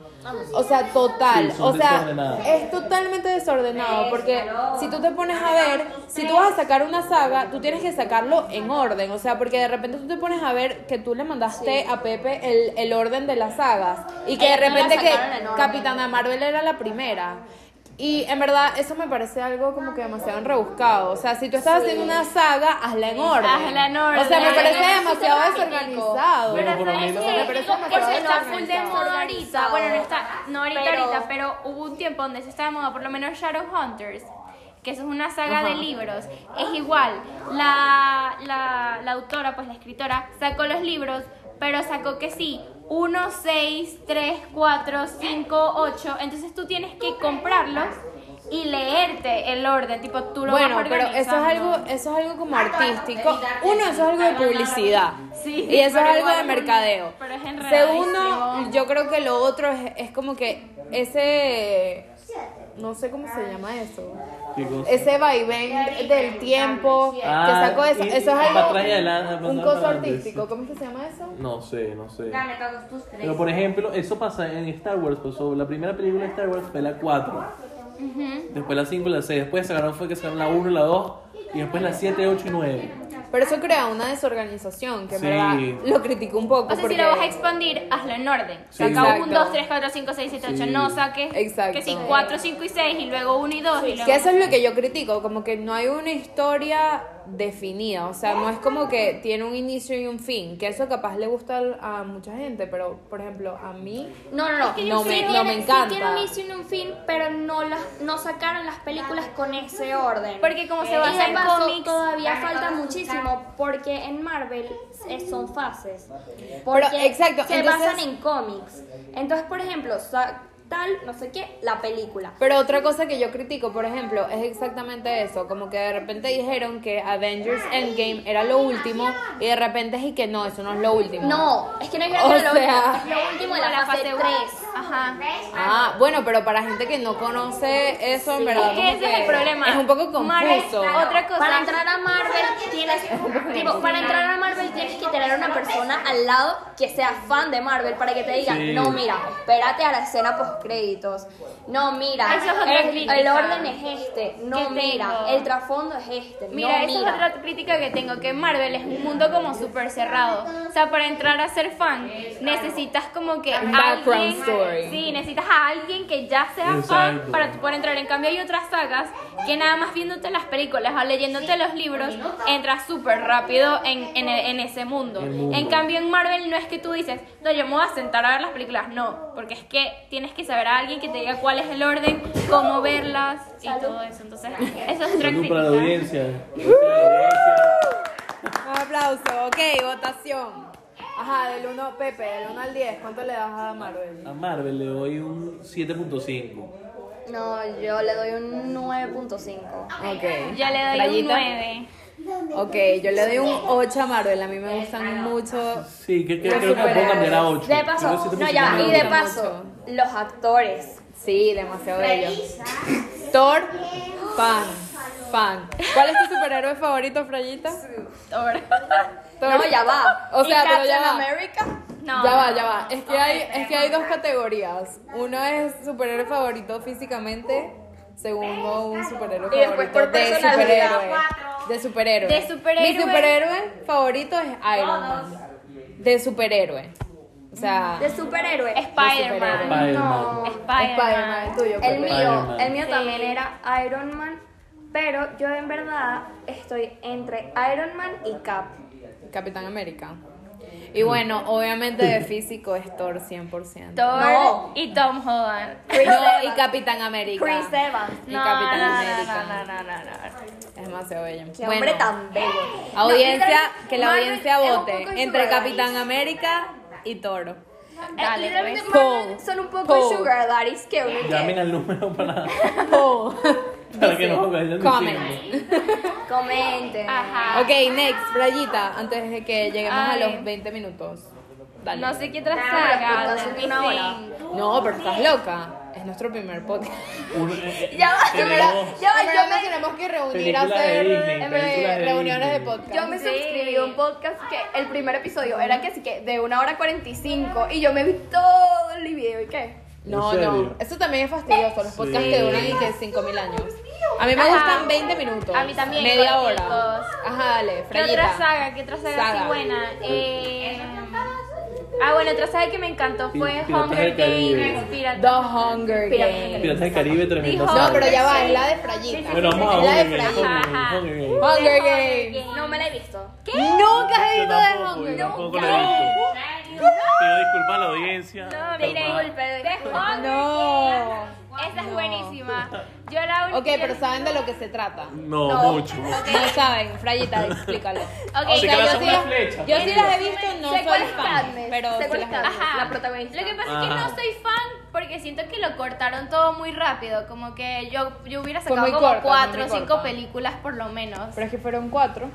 Speaker 3: O sea, total.
Speaker 5: Sí, son
Speaker 3: o sea,
Speaker 5: desordenados.
Speaker 3: es totalmente desordenado porque si tú te pones a ver, si tú vas a sacar una saga, tú tienes que sacarlo en orden. O sea, porque de repente tú te pones a ver que tú le mandaste a Pepe el, el orden de las sagas y que de
Speaker 4: Ellos no la
Speaker 3: repente que
Speaker 4: sacaron en orden.
Speaker 3: Capitana Marvel era la primera. Y en verdad eso me parece algo como que demasiado rebuscado. O sea, si tú estás haciendo una saga, hazla en orden.
Speaker 6: Hazla en orden.
Speaker 3: O sea, me
Speaker 6: Pero
Speaker 3: parece
Speaker 4: eso sí
Speaker 3: demasiado
Speaker 4: se lo
Speaker 3: desorganizado.
Speaker 5: Pero por lo
Speaker 6: ¿sabes
Speaker 5: menos-
Speaker 6: qué?
Speaker 5: Me
Speaker 3: parece
Speaker 6: Eso
Speaker 3: demasiado
Speaker 6: está full de
Speaker 4: desorganizado.
Speaker 6: moda ahorita. Bueno, no está, no ahorita,
Speaker 4: Pero-
Speaker 6: ahorita, pero hubo un tiempo donde se estaba de moda, por lo menos Shadowhunters, que eso es una saga de libros. Es igual, la, la, la autora, pues la escritora, sacó los libros, pero sacó que sí. 1, 6, 3, 4, 5, 8. Entonces tú tienes que comprarlos y leerte el orden. Tipo, tú lo
Speaker 3: Bueno,
Speaker 6: vas
Speaker 3: pero eso es
Speaker 6: organizando.
Speaker 3: algo, eso es algo como artístico. Uno, eso es algo de publicidad.
Speaker 6: Sí,
Speaker 3: y eso es
Speaker 6: pero
Speaker 3: algo de
Speaker 6: igual,
Speaker 3: mercadeo.
Speaker 6: pero es enredadísimo.
Speaker 3: Segundo, yo creo que lo otro es, es como que ese no sé cómo se llama eso.
Speaker 5: Chicos.
Speaker 3: Ese vaivén del tiempo que
Speaker 5: Ah,
Speaker 3: sacó eso,
Speaker 5: y-
Speaker 3: eso es
Speaker 5: para
Speaker 3: algo
Speaker 5: atrás y adelante,
Speaker 3: un
Speaker 5: para
Speaker 3: coso
Speaker 5: adelante,
Speaker 3: artístico,
Speaker 5: sí.
Speaker 3: ¿cómo es que se llama eso?
Speaker 5: No sé, no sé.
Speaker 7: todos tus tres.
Speaker 5: Pero por ejemplo, eso pasa en Star Wars, pues, sobre la primera película de Star Wars fue la 4. Después la 5 y la 6, después sacaron fue que sacaron la 1 y la 2 y después la 7, 8 y 9.
Speaker 3: Pero eso crea una desorganización que en
Speaker 5: Sí.
Speaker 3: verdad lo critico un poco
Speaker 6: O sea,
Speaker 3: porque
Speaker 6: si lo vas a expandir, hazlo en orden.
Speaker 5: Sí.
Speaker 6: Saca
Speaker 3: Exacto.
Speaker 6: 1, 2, 3, 4, 5, 6, 7, 8.
Speaker 5: Sí.
Speaker 6: No saques
Speaker 3: Exacto.
Speaker 6: que sí, 4, 5 y 6 y luego 1 y 2 y luego...
Speaker 3: que eso es lo que yo critico, como que no hay una historia definida. O sea, no es como que tiene un inicio y un fin. Que eso capaz le gusta al- a mucha gente, pero por ejemplo, a mí.
Speaker 4: No, no, no.
Speaker 6: que
Speaker 3: yo No sí me- no tiene- me sí encanta.
Speaker 4: tiene un inicio y un fin, pero no las no sacaron las películas con ese orden. Eh,
Speaker 6: Porque como se
Speaker 4: Y
Speaker 6: basa
Speaker 4: de
Speaker 6: en
Speaker 4: paso,
Speaker 6: cómics,
Speaker 4: todavía falta muchísimo porque en Marvel es- son fases. Porque
Speaker 3: Pero, exacto,
Speaker 4: se
Speaker 3: entonces-
Speaker 4: basan en cómics. Entonces, por ejemplo, sa- tal, no sé qué, la película.
Speaker 3: Pero otra cosa que yo critico, por ejemplo, es exactamente eso. Como que de repente dijeron que Avengers Endgame era lo último y de repente es y que no, eso no es lo último.
Speaker 4: No, es que no es
Speaker 3: O
Speaker 4: que era lo
Speaker 3: sea-
Speaker 4: último, es lo último de la, fase 3.
Speaker 6: Ajá.
Speaker 3: Ah, bueno, pero para gente que no conoce eso, en verdad.
Speaker 6: Es que
Speaker 3: como
Speaker 6: ese es el problema.
Speaker 3: Es un poco
Speaker 6: Marvel,
Speaker 3: confuso.
Speaker 6: Otra cosa.
Speaker 4: Para entrar a Marvel tienes tipo, para entrar a Marvel tienes que tener una persona al lado que sea fan de Marvel para que te diga,
Speaker 5: Sí.
Speaker 4: "No, mira, espérate a la escena post créditos. No, mira,
Speaker 6: Esa es otra
Speaker 4: el,
Speaker 6: crítica
Speaker 4: el orden es este. No,
Speaker 6: que
Speaker 4: mira,
Speaker 6: tengo.
Speaker 4: el trasfondo es este.
Speaker 6: Mira,
Speaker 4: no,
Speaker 6: esa
Speaker 4: mira.
Speaker 6: es otra crítica que tengo, que Marvel es un mundo como súper cerrado. O sea, para entrar a ser fan, necesitas como que
Speaker 3: background
Speaker 6: alguien...
Speaker 3: story.
Speaker 6: Sí, necesitas a alguien que ya sea fan
Speaker 5: Exacto.
Speaker 6: para tú poder entrar. En cambio, hay otras sagas que nada más viéndote las películas o leyéndote los libros, entras súper rápido en, en- en ese mundo.
Speaker 5: El mundo.
Speaker 6: En cambio, en Marvel no es que tú dices, no, yo me voy a sentar a ver las películas. No, porque es que tienes que saber a alguien que te diga cuál es el orden, cómo verlas y todo eso. Entonces, eso es otra
Speaker 5: Salud
Speaker 6: crítica.
Speaker 5: para la audiencia. Gracias a la audiencia.
Speaker 3: Un aplauso, ok, votación. Ajá, del 1, Pepe, del 1 al 10, ¿cuánto le das a Marvel?
Speaker 5: A Marvel le doy un 7.5.
Speaker 4: No, yo le doy un 9.5.
Speaker 3: Ok.
Speaker 6: Yo le doy
Speaker 3: ¿Rayita?
Speaker 6: un 9.
Speaker 3: Ok, yo le doy un 8 a Marvel, a mí me gustan mucho.
Speaker 5: Sí, que, que,
Speaker 3: Lo
Speaker 5: creo que la puedo
Speaker 3: superas.
Speaker 5: cambiar a 8.
Speaker 4: De paso, no ya, y de paso, los actores.
Speaker 3: Sí, demasiado bellos. Thor, fan, fan. ¿Cuál es tu superhéroe favorito, Frayita? Thor.
Speaker 4: No, ya va.
Speaker 3: O sea,
Speaker 4: ¿Y
Speaker 3: pero ya
Speaker 4: Captain
Speaker 3: va.
Speaker 4: America.
Speaker 6: No,
Speaker 3: ya va,
Speaker 6: no.
Speaker 3: ya va. Es que hay, es que hay dos categorías. Uno es superhéroe favorito físicamente. Segundo, un superhéroe
Speaker 4: Y después
Speaker 3: favorito
Speaker 4: por
Speaker 3: de
Speaker 4: personalidad.
Speaker 3: superhéroe. De superhéroe.
Speaker 6: De superhéroe.
Speaker 3: Mi superhéroe favorito es Iron Man. De superhéroe. O sea,
Speaker 4: De superhéroe.
Speaker 6: Spider-Man.
Speaker 5: Spider-Man.
Speaker 3: Spider-Man, el
Speaker 6: Spider-Man.
Speaker 3: tuyo.
Speaker 4: El
Speaker 3: Pepe.
Speaker 4: mío,
Speaker 5: Spider-Man.
Speaker 4: el mío
Speaker 6: Sí.
Speaker 4: también era Iron Man, pero yo en verdad estoy entre Iron Man y Cap.
Speaker 3: Capitán América. Y bueno, obviamente de físico es Thor 100%.
Speaker 6: Thor
Speaker 4: No.
Speaker 6: y Tom Holland.
Speaker 4: Chris
Speaker 3: No, y
Speaker 4: Evans.
Speaker 3: Capitán América.
Speaker 4: Chris Evans.
Speaker 3: Y
Speaker 6: No,
Speaker 3: Capitán
Speaker 6: no, no,
Speaker 3: América.
Speaker 6: no, no, no, no,
Speaker 3: Es demasiado bello.
Speaker 4: Qué hombre tan bello.
Speaker 3: Audiencia,
Speaker 4: No,
Speaker 3: que la
Speaker 4: Marvel
Speaker 3: audiencia
Speaker 4: es un
Speaker 3: vote
Speaker 4: poco
Speaker 3: entre
Speaker 4: sugar
Speaker 3: Capitán
Speaker 4: daddies.
Speaker 3: América y Toro.
Speaker 6: no.
Speaker 4: Eh,
Speaker 6: Dale,
Speaker 4: literalmente
Speaker 6: pues.
Speaker 4: Marvel
Speaker 3: Paul.
Speaker 4: Son un poco
Speaker 3: Paul.
Speaker 4: sugar daddies que uno
Speaker 5: Llamen
Speaker 4: que
Speaker 5: al número para,
Speaker 3: Oh.
Speaker 5: para que nos vayan
Speaker 3: Comment.
Speaker 5: diciendo.
Speaker 4: comenten.
Speaker 6: Ajá.
Speaker 3: Ok, next, Brayita, antes de que lleguemos
Speaker 6: Ay.
Speaker 3: a los 20 minutos. Dale.
Speaker 6: No sé qué otra
Speaker 4: Nah,
Speaker 6: saga.
Speaker 4: pero son una hora.
Speaker 6: Disney.
Speaker 3: No, pero estás loca. Es nuestro primer podcast.
Speaker 5: Un- eh, eh,
Speaker 4: Ya va, yo me la-
Speaker 5: tenemos-
Speaker 4: ya va,
Speaker 3: En verdad
Speaker 4: yo
Speaker 3: nos
Speaker 4: me,
Speaker 3: tenemos que reunir a
Speaker 5: Películas de
Speaker 3: hacer
Speaker 5: Disney,
Speaker 3: eh,
Speaker 5: películas de
Speaker 3: reuniones de
Speaker 5: Disney.
Speaker 3: podcast.
Speaker 4: yo me
Speaker 6: Sí.
Speaker 4: suscribí a un podcast que el primer episodio era que así que de una hora 45 y yo me vi todo el video y qué.
Speaker 3: No,
Speaker 5: ¿En serio?
Speaker 3: no. Eso también es fastidioso, los podcasts
Speaker 5: Sí.
Speaker 3: que duran y que 5000 años. A mí me
Speaker 6: Ajá.
Speaker 3: gustan 20 minutos.
Speaker 6: A mí también,
Speaker 3: Media
Speaker 6: cortitos.
Speaker 3: hora. Ajá, dale,
Speaker 6: ¿Qué
Speaker 3: Frayita.
Speaker 6: otra saga? ¿Qué otra saga,
Speaker 3: Saga.
Speaker 6: así buena? Eh, ah, bueno, otra saga que me encantó
Speaker 5: Pi-
Speaker 6: fue
Speaker 5: Piratas del
Speaker 6: Hunger
Speaker 5: Caribe.
Speaker 6: Games. Piratas-
Speaker 3: The Hunger
Speaker 4: Piratas
Speaker 3: Games.
Speaker 5: Piratas del Caribe, tremenda
Speaker 6: Dijo-
Speaker 3: No, pero ya va,
Speaker 6: Sí.
Speaker 3: es la de Frayita.
Speaker 5: Bueno, vamos a
Speaker 3: es la
Speaker 5: Hunger
Speaker 3: de
Speaker 5: Games.
Speaker 3: Frayita.
Speaker 5: Hunger Games,
Speaker 6: Ajá.
Speaker 5: Hunger Games.
Speaker 3: Hunger
Speaker 6: Hunger
Speaker 3: Games.
Speaker 6: Games.
Speaker 4: No me la he visto.
Speaker 3: Nunca he
Speaker 5: Yo
Speaker 3: visto de
Speaker 5: tampoco, yo
Speaker 3: Hunger
Speaker 5: tampoco la he visto. Pido disculpas a la audiencia.
Speaker 6: No, mira,
Speaker 5: Perdón.
Speaker 6: disculpe. De Hunger
Speaker 3: No.
Speaker 6: Games. Esa es
Speaker 3: No.
Speaker 6: buenísima. Yo la única.
Speaker 3: Ok, pero ¿saben de lo que se trata?
Speaker 5: No, mucho.
Speaker 3: No saben, Frayita, explícalo.
Speaker 6: Ok,
Speaker 5: Sé que
Speaker 6: yo
Speaker 5: la
Speaker 6: sí
Speaker 5: hacen
Speaker 6: la-
Speaker 5: una flecha.
Speaker 3: Yo sí las he visto, no
Speaker 4: sé cuál
Speaker 3: soy
Speaker 4: es
Speaker 3: fan,
Speaker 4: Katniss,
Speaker 3: pero
Speaker 4: sé
Speaker 3: sí
Speaker 4: cuál
Speaker 3: las
Speaker 4: es
Speaker 3: he visto.
Speaker 4: Katniss.
Speaker 6: Ajá.
Speaker 4: la protagonista.
Speaker 6: Lo que pasa es que
Speaker 5: Ajá.
Speaker 6: no soy fan porque siento que lo cortaron todo muy rápido. Como que yo, yo hubiera
Speaker 3: Fue
Speaker 6: sacado
Speaker 3: muy
Speaker 6: como
Speaker 3: corta, fue
Speaker 6: cuatro o
Speaker 3: muy
Speaker 6: cinco
Speaker 3: corta.
Speaker 6: películas por lo menos.
Speaker 3: Pero es que fueron cuatro.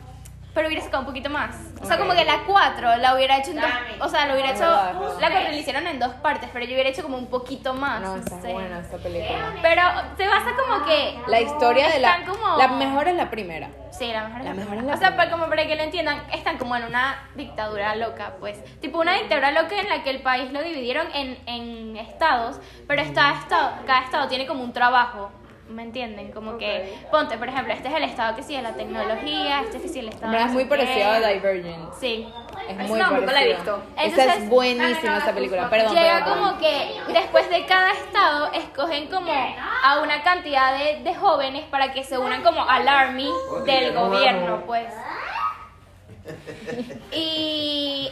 Speaker 6: Pero hubiera sacado un poquito más. O sea,
Speaker 3: Ok.
Speaker 6: como que la cuatro la hubiera hecho en dos. O sea, lo hubiera
Speaker 3: Es
Speaker 6: hecho.
Speaker 3: verdad, es verdad.
Speaker 6: La cuatro la hicieron en dos partes, pero yo hubiera hecho como un poquito más.
Speaker 3: No,
Speaker 6: No,
Speaker 3: esa es
Speaker 6: sé.
Speaker 3: buena esta película.
Speaker 6: Pero se basa como que.
Speaker 3: La historia de la...
Speaker 6: Están como-
Speaker 3: La mejor es la primera.
Speaker 6: Sí, la mejor es
Speaker 3: La
Speaker 6: la,
Speaker 3: mejor
Speaker 6: primera.
Speaker 3: es la
Speaker 6: O sea, para, como para que lo entiendan, están como en una dictadura loca, pues. Tipo una dictadura loca en la que el país lo dividieron en, en estados, pero está estado, cada estado tiene como un trabajo. ¿Me entienden? Como que,
Speaker 4: Ok.
Speaker 6: ponte, por ejemplo, este es el estado que sí de la tecnología, este que sí el estado.
Speaker 3: En verdad
Speaker 6: no
Speaker 3: es
Speaker 6: sé
Speaker 3: muy
Speaker 6: qué.
Speaker 3: parecido a Divergent.
Speaker 6: Sí.
Speaker 3: Es
Speaker 4: Esa
Speaker 3: muy
Speaker 4: no,
Speaker 3: parecido.
Speaker 4: nunca la he visto.
Speaker 3: Esa
Speaker 6: Entonces-
Speaker 3: es buenísima esa película. Perdón,
Speaker 6: Llega
Speaker 3: perdón,
Speaker 6: como que después de cada estado escogen como a una cantidad de, de jóvenes para que se unan como al army del gobierno, pues. Y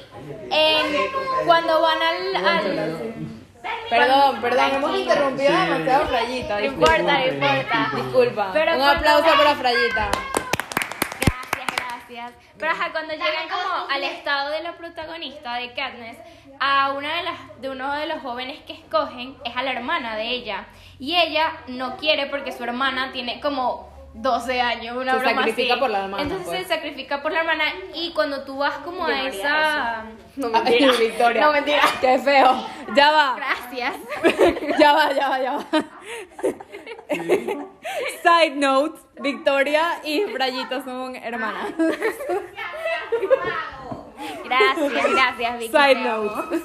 Speaker 6: en- cuando van al, al-
Speaker 3: Perdón, perdón, hemos
Speaker 6: Tranquila.
Speaker 3: interrumpido demasiado a Frayita.
Speaker 6: No
Speaker 3: Disculpa.
Speaker 6: importa, no importa.
Speaker 3: Disculpa.
Speaker 6: Pero
Speaker 3: Un
Speaker 6: cuando
Speaker 3: aplauso
Speaker 6: van-
Speaker 3: para Frayita.
Speaker 6: Gracias, gracias. Pero ajá, cuando llegan como al estado de la protagonista de Katniss, a una de las de uno de los jóvenes que escogen es a la hermana de ella y ella no quiere porque su hermana tiene como 12 años, una
Speaker 3: Se
Speaker 6: broma
Speaker 3: sacrifica
Speaker 6: así.
Speaker 3: por la hermana,
Speaker 6: Entonces
Speaker 3: pues.
Speaker 6: se sacrifica por la hermana y cuando tú vas como
Speaker 4: Yo
Speaker 6: a
Speaker 4: no haría
Speaker 6: esa
Speaker 3: No mentira. Victoria. No mentira. Qué feo. Ya va.
Speaker 6: gracias.
Speaker 3: Ya va, ya va, ya va. Side note, Victoria y Frayita son hermanas.
Speaker 6: Gracias, gracias, Vicky.
Speaker 3: Side
Speaker 6: te amo.
Speaker 3: note.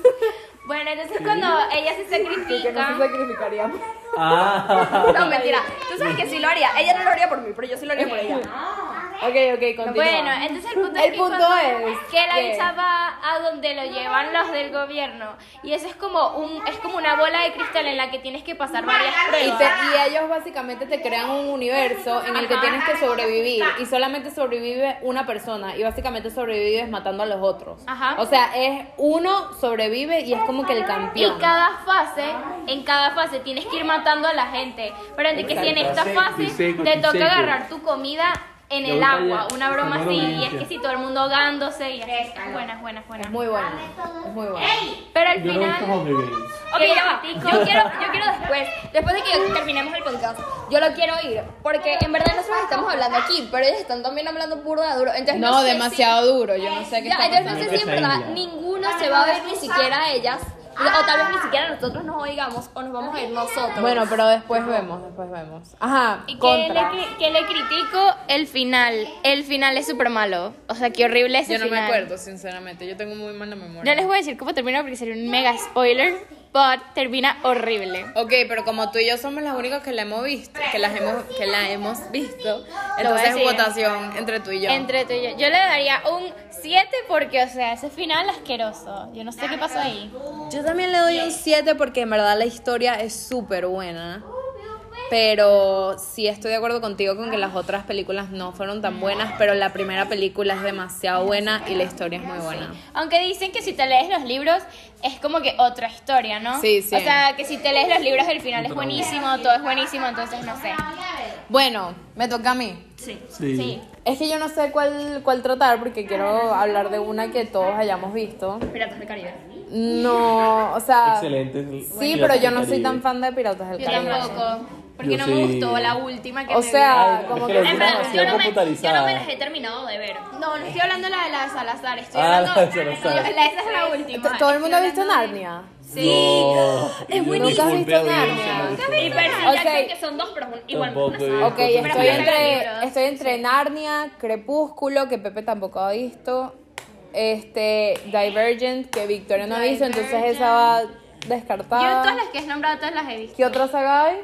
Speaker 6: Bueno, entonces cuando ella se sacrifica,
Speaker 3: sacrificaríamos.
Speaker 5: Ah,
Speaker 4: No, mentira. Tú sabes que sí lo haría. Ella no lo haría por mí, pero yo sí lo haría por ella.
Speaker 3: Ok, ok, continúa.
Speaker 6: Bueno, entonces el punto,
Speaker 3: El
Speaker 6: es, que
Speaker 3: punto
Speaker 6: cuando-
Speaker 3: es
Speaker 6: que la
Speaker 3: que-
Speaker 6: bicha va a donde lo llevan los del gobierno y eso es como un es como una bola de cristal en la que tienes que pasar varias
Speaker 3: Y,
Speaker 6: pruebas.
Speaker 3: te- y ellos básicamente te crean un universo en el que
Speaker 6: Ajá.
Speaker 3: tienes que sobrevivir y solamente sobrevive una persona y básicamente sobrevives matando a los otros.
Speaker 6: Ajá.
Speaker 3: O sea, es uno sobrevive y es como que el
Speaker 6: Y
Speaker 3: campeón.
Speaker 6: cada fase, en cada fase tienes que ir matando a la gente. Pero antes que si en esta fase
Speaker 5: Piseco,
Speaker 6: te toca
Speaker 5: piseco.
Speaker 6: agarrar tu comida en
Speaker 5: Ya
Speaker 6: el
Speaker 5: voy para
Speaker 6: agua,
Speaker 5: allá.
Speaker 6: una broma
Speaker 5: Sonora
Speaker 6: así, y es
Speaker 5: Olimpia.
Speaker 6: que si todo el mundo ahogándose y así. Buenas, buenas, buenas.
Speaker 3: Es muy bueno. Es muy bueno.
Speaker 6: Pero
Speaker 5: yo
Speaker 6: al
Speaker 5: no he visto
Speaker 6: final,
Speaker 5: Hunger Games.
Speaker 4: Ok, ya va. Yo quiero, yo quiero después, después de que terminemos el podcast, yo lo quiero oír. Porque en verdad nosotros estamos hablando aquí, pero ellos están también hablando puro de duro. Entonces,
Speaker 3: No,
Speaker 4: no sé si-
Speaker 3: demasiado duro. Yo no sé qué
Speaker 4: Ya,
Speaker 3: está
Speaker 4: entonces no
Speaker 3: pasando.
Speaker 4: sé si en verdad ninguna se va a ver ni siquiera a ellas. O tal vez ni siquiera nosotros nos oigamos o nos vamos a ir nosotros.
Speaker 3: Bueno, pero después vemos, después vemos. Ajá,
Speaker 6: ¿Y qué le,
Speaker 3: contra.
Speaker 6: cri- qué le critico? El final. El final es súper malo. O sea, qué horrible es
Speaker 3: Yo no me acuerdo, sinceramente. Yo tengo muy mala memoria.
Speaker 6: No les voy a decir cómo termina porque sería un mega spoiler, pero termina horrible.
Speaker 3: Ok, pero como tú y yo somos las únicas que la hemos visto, que las hemos, que la hemos visto, entonces
Speaker 6: decir.
Speaker 3: votación entre tú y yo.
Speaker 6: Entre tú y yo. Yo le daría un 7 porque, o sea, ese final asqueroso. Yo no sé qué pasó ahí.
Speaker 3: Yo también le doy un 7 porque en verdad la historia es súper buena. Pero sí estoy de acuerdo contigo con que las otras películas no fueron tan buenas, pero la primera película es demasiado buena y la historia es muy buena.
Speaker 6: Aunque dicen que si te lees los libros es como que otra historia, ¿no?
Speaker 3: Sí, sí.
Speaker 6: O sea, que si te lees los libros el final es buenísimo, todo es buenísimo, entonces no sé.
Speaker 3: Bueno, me toca a mí.
Speaker 5: Sí.
Speaker 6: Sí.
Speaker 3: Es que yo no sé cuál, cuál tratar porque quiero hablar de una que todos hayamos visto.
Speaker 4: Piratas del Caribe.
Speaker 3: No, o sea...
Speaker 5: Excelente.
Speaker 3: Sí, pero yo no soy tan fan de Piratas del
Speaker 6: Yo
Speaker 3: Caribe.
Speaker 6: tampoco. Porque
Speaker 5: Yo
Speaker 6: no me
Speaker 5: sí.
Speaker 6: gustó la última que
Speaker 3: O
Speaker 6: me vi.
Speaker 3: sea,
Speaker 5: Ay,
Speaker 3: como
Speaker 5: es
Speaker 3: que-
Speaker 5: la
Speaker 6: En
Speaker 5: última
Speaker 6: verdad,
Speaker 5: ha sido
Speaker 6: yo no, me, yo no
Speaker 5: computarizada.
Speaker 6: me las he terminado de ver. No, no estoy hablando de la de la de Salazar, estoy
Speaker 5: Ah,
Speaker 6: hablando
Speaker 5: la de Salazar.
Speaker 6: yo- la- esa es la última.
Speaker 3: ¿Todo el mundo ha
Speaker 6: Estoy
Speaker 3: visto
Speaker 6: hablando de-
Speaker 3: Narnia?
Speaker 6: Sí.
Speaker 5: No, yo
Speaker 3: buenísimo.
Speaker 5: nunca
Speaker 3: Nunca has visto
Speaker 5: volví a ver
Speaker 3: Narnia.
Speaker 5: esa
Speaker 6: Nunca
Speaker 5: película.
Speaker 6: vi Percy
Speaker 3: Ok.
Speaker 6: Jackson, que son dos, pero un- igual
Speaker 5: Tampoco
Speaker 6: una
Speaker 5: he
Speaker 6: saga.
Speaker 5: visto.
Speaker 3: Ok,
Speaker 5: Pero
Speaker 3: estoy
Speaker 5: mira,
Speaker 3: entre,
Speaker 6: libros.
Speaker 3: estoy entre Narnia, Crepúsculo, que Pepe tampoco ha visto, este, Divergent, que Victoria no ha visto, entonces esa va
Speaker 6: Yo todas
Speaker 3: descartada.
Speaker 6: las que has nombrado, todas las he visto.
Speaker 3: ¿Qué otra saga hay?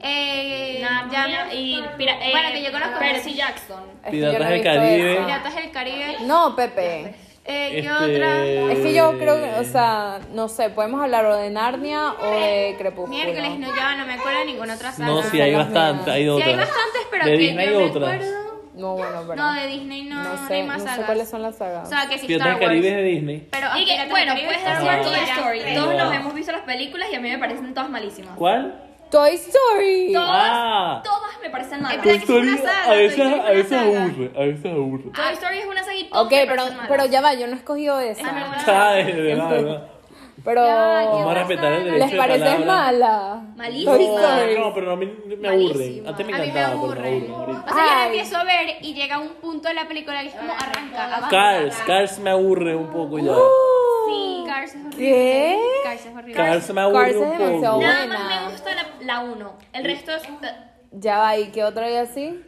Speaker 6: Eh, ya, y pira- eh,
Speaker 4: Bueno, que yo conozco
Speaker 6: Percy
Speaker 4: Percy
Speaker 6: Jackson.
Speaker 4: Jackson.
Speaker 3: Es que yo
Speaker 5: Piratas
Speaker 3: no he
Speaker 5: del
Speaker 3: visto
Speaker 5: Caribe.
Speaker 3: esa.
Speaker 6: Piratas del Caribe.
Speaker 3: No, Pepe.
Speaker 6: Eh, ¿Qué
Speaker 5: Este-
Speaker 6: otra?
Speaker 3: Es que yo creo que, o sea, no sé, podemos hablar o de Narnia o de Crepúsculo.
Speaker 6: Miércoles, no, ya no me acuerdo de ninguna otra saga.
Speaker 5: No, sí, hay
Speaker 3: Sagas
Speaker 5: bastante,
Speaker 3: mías.
Speaker 5: hay
Speaker 6: Sí,
Speaker 5: otras.
Speaker 6: hay bastantes, pero
Speaker 5: de
Speaker 6: que
Speaker 5: Disney
Speaker 6: yo
Speaker 5: hay
Speaker 6: me
Speaker 5: otras.
Speaker 6: acuerdo.
Speaker 3: No, bueno, pero.
Speaker 6: No, de Disney no,
Speaker 3: no
Speaker 6: no hay
Speaker 3: sé,
Speaker 6: más
Speaker 3: no sé
Speaker 6: sagas.
Speaker 3: cuáles son las
Speaker 6: O
Speaker 3: sagas.
Speaker 6: sea, que sí,
Speaker 5: Piratas
Speaker 6: Star
Speaker 5: del Caribe es
Speaker 6: Wars.
Speaker 5: de Disney.
Speaker 6: Pero
Speaker 4: Y que,
Speaker 6: Piratas
Speaker 4: bueno,
Speaker 6: del Caribe
Speaker 4: puedes
Speaker 6: es de
Speaker 4: decir
Speaker 5: Ajá.
Speaker 6: Star
Speaker 4: Toy
Speaker 6: Wars.
Speaker 4: Story.
Speaker 5: Ya.
Speaker 4: Todos
Speaker 5: No.
Speaker 4: nos hemos visto las películas y a mí me parecen todas malísimas.
Speaker 5: ¿Cuál?
Speaker 3: Toy Story.
Speaker 4: Todas,
Speaker 5: Ah.
Speaker 4: todas me parecen malas.
Speaker 5: Toy
Speaker 6: que es una
Speaker 5: Story
Speaker 6: saga,
Speaker 5: a veces,
Speaker 6: Toy Story es
Speaker 5: a
Speaker 6: una
Speaker 5: veces
Speaker 6: saga.
Speaker 5: aburre, a veces aburre.
Speaker 4: Toy Story es una saga y todas
Speaker 3: Ok,
Speaker 4: me
Speaker 3: pero,
Speaker 4: parecen malas.
Speaker 3: pero ya va, yo no he escogido esa.
Speaker 6: Ah.
Speaker 5: Ah, de verdad, de verdad.
Speaker 3: Pero.
Speaker 5: Vamos a respetar el derecho
Speaker 3: ¿Les parece
Speaker 5: de palabra.
Speaker 3: mala?
Speaker 4: Malísima.
Speaker 3: Toy Story.
Speaker 5: No, pero a mí me aburren. Antes me
Speaker 6: A mí me
Speaker 5: encantaba, pero me aburren
Speaker 6: aburren. O
Speaker 5: ahorita.
Speaker 6: sea, yo la
Speaker 3: Ay.
Speaker 6: empiezo a ver y llega un punto de la película que es como arranca. avanza.
Speaker 5: Cars, Cars me aburre un poco ya.
Speaker 6: Uh, Sí, Cars es horrible.
Speaker 3: ¿Qué?
Speaker 6: Cars es horrible.
Speaker 5: Cars me aburre
Speaker 3: Cars es
Speaker 5: un
Speaker 3: demasiado
Speaker 5: poco.
Speaker 4: Nada
Speaker 3: Buena.
Speaker 4: más me gusta la- la 1. El resto es.
Speaker 3: Ya va, ¿y qué otra hay así?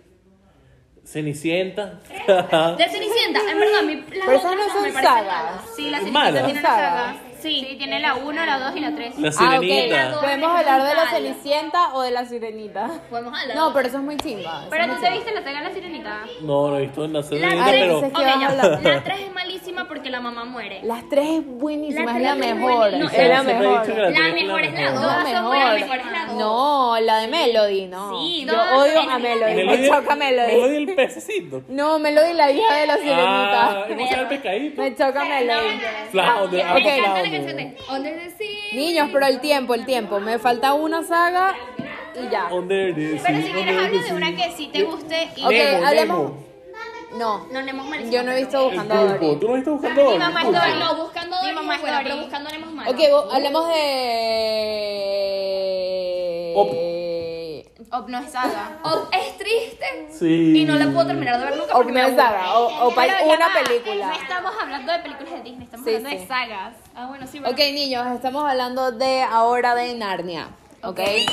Speaker 5: Cenicienta.
Speaker 3: Ah,
Speaker 4: De Cenicienta, en verdad, mi, las
Speaker 3: Pero esas
Speaker 4: otras
Speaker 3: no son
Speaker 4: me parecen
Speaker 3: sagas.
Speaker 4: malas. Sí, la
Speaker 5: Es
Speaker 4: Cenicienta
Speaker 5: mala.
Speaker 4: tiene una saga.
Speaker 3: Sagas.
Speaker 6: Sí. tiene la 1, la 2 y la 3.
Speaker 5: La
Speaker 3: Ah, ok.
Speaker 5: sirenita.
Speaker 3: Podemos hablar de la
Speaker 7: Mala.
Speaker 3: Cenicienta o de la Sirenita.
Speaker 7: Podemos hablar.
Speaker 3: No, pero eso es muy chimba. eso es
Speaker 6: Pero
Speaker 3: muy
Speaker 6: tú te
Speaker 3: chimba.
Speaker 6: viste la saga de la sirenita.
Speaker 5: No, no he visto en la serie,
Speaker 3: tres
Speaker 5: pero.
Speaker 3: se-
Speaker 6: Ok,
Speaker 3: ¿Qué vas a
Speaker 6: ya.
Speaker 3: hablar?
Speaker 6: La 3 es malísima porque la mamá muere.
Speaker 3: Las tres es buenísima,
Speaker 6: La
Speaker 3: es la
Speaker 6: tres es
Speaker 3: mejor.
Speaker 6: buenísima.
Speaker 3: Es la
Speaker 5: Siempre he
Speaker 3: mejor.
Speaker 5: dicho que
Speaker 6: La
Speaker 5: tres
Speaker 6: mejor es la
Speaker 5: mejor.
Speaker 3: Es la
Speaker 6: dos. son buenas,
Speaker 3: mejor.
Speaker 6: mejor es la dos.
Speaker 3: No, la de Melody, no.
Speaker 6: Sí,
Speaker 3: Yo
Speaker 6: no,
Speaker 3: odio
Speaker 6: es
Speaker 3: a
Speaker 6: la
Speaker 3: Melody.
Speaker 5: Melody-
Speaker 3: Me choca
Speaker 5: Melody
Speaker 3: Melody.
Speaker 5: el pececito.
Speaker 3: No, Melody la hija de la
Speaker 5: Ah,
Speaker 3: sirenita.
Speaker 5: ¿cómo se llama el pescadito?
Speaker 3: Me choca Melody.
Speaker 5: Fla- de-
Speaker 6: Me
Speaker 5: algo
Speaker 6: encanta la
Speaker 5: flaco.
Speaker 6: canción de Under the Sea.
Speaker 3: Niños, pero el tiempo, el tiempo. Me falta una saga y ya.
Speaker 5: Under the sea,
Speaker 6: Pero si quieres
Speaker 5: under
Speaker 6: hablar
Speaker 5: the
Speaker 6: de una
Speaker 5: sea.
Speaker 6: que sí te guste y
Speaker 3: Ok,
Speaker 5: Nemo,
Speaker 3: hablemos.
Speaker 5: Nemo.
Speaker 3: No,
Speaker 6: no Nemo es malísima,
Speaker 3: yo no he
Speaker 6: pero-
Speaker 3: visto
Speaker 5: El
Speaker 3: Buscando a
Speaker 5: pulpo.
Speaker 3: Dory.
Speaker 5: ¿Tú no viste buscando Dory?
Speaker 6: Mi mamá es
Speaker 5: Pulpo.
Speaker 6: Dory.
Speaker 7: No, buscando
Speaker 6: Mi
Speaker 7: Dory
Speaker 6: mamá es
Speaker 7: fuera,
Speaker 6: Dory.
Speaker 7: pero buscando Nemo es malo.
Speaker 3: Ok, bo- hablemos de.
Speaker 5: Op.
Speaker 6: Op no Oh, es saga.
Speaker 7: O es triste
Speaker 5: Sí.
Speaker 7: y no la puedo terminar de ver nunca
Speaker 3: O
Speaker 7: porque me
Speaker 3: una
Speaker 7: aburre.
Speaker 3: saga, o, o pa-
Speaker 6: Pero ya
Speaker 3: una
Speaker 6: va, No
Speaker 3: película.
Speaker 6: estamos hablando de películas de Disney, estamos
Speaker 3: Sí,
Speaker 6: hablando
Speaker 3: sí.
Speaker 6: de sagas. Ah, bueno, sí, bueno.
Speaker 3: Ok, niños, estamos hablando de ahora de Narnia. Ok. Yay.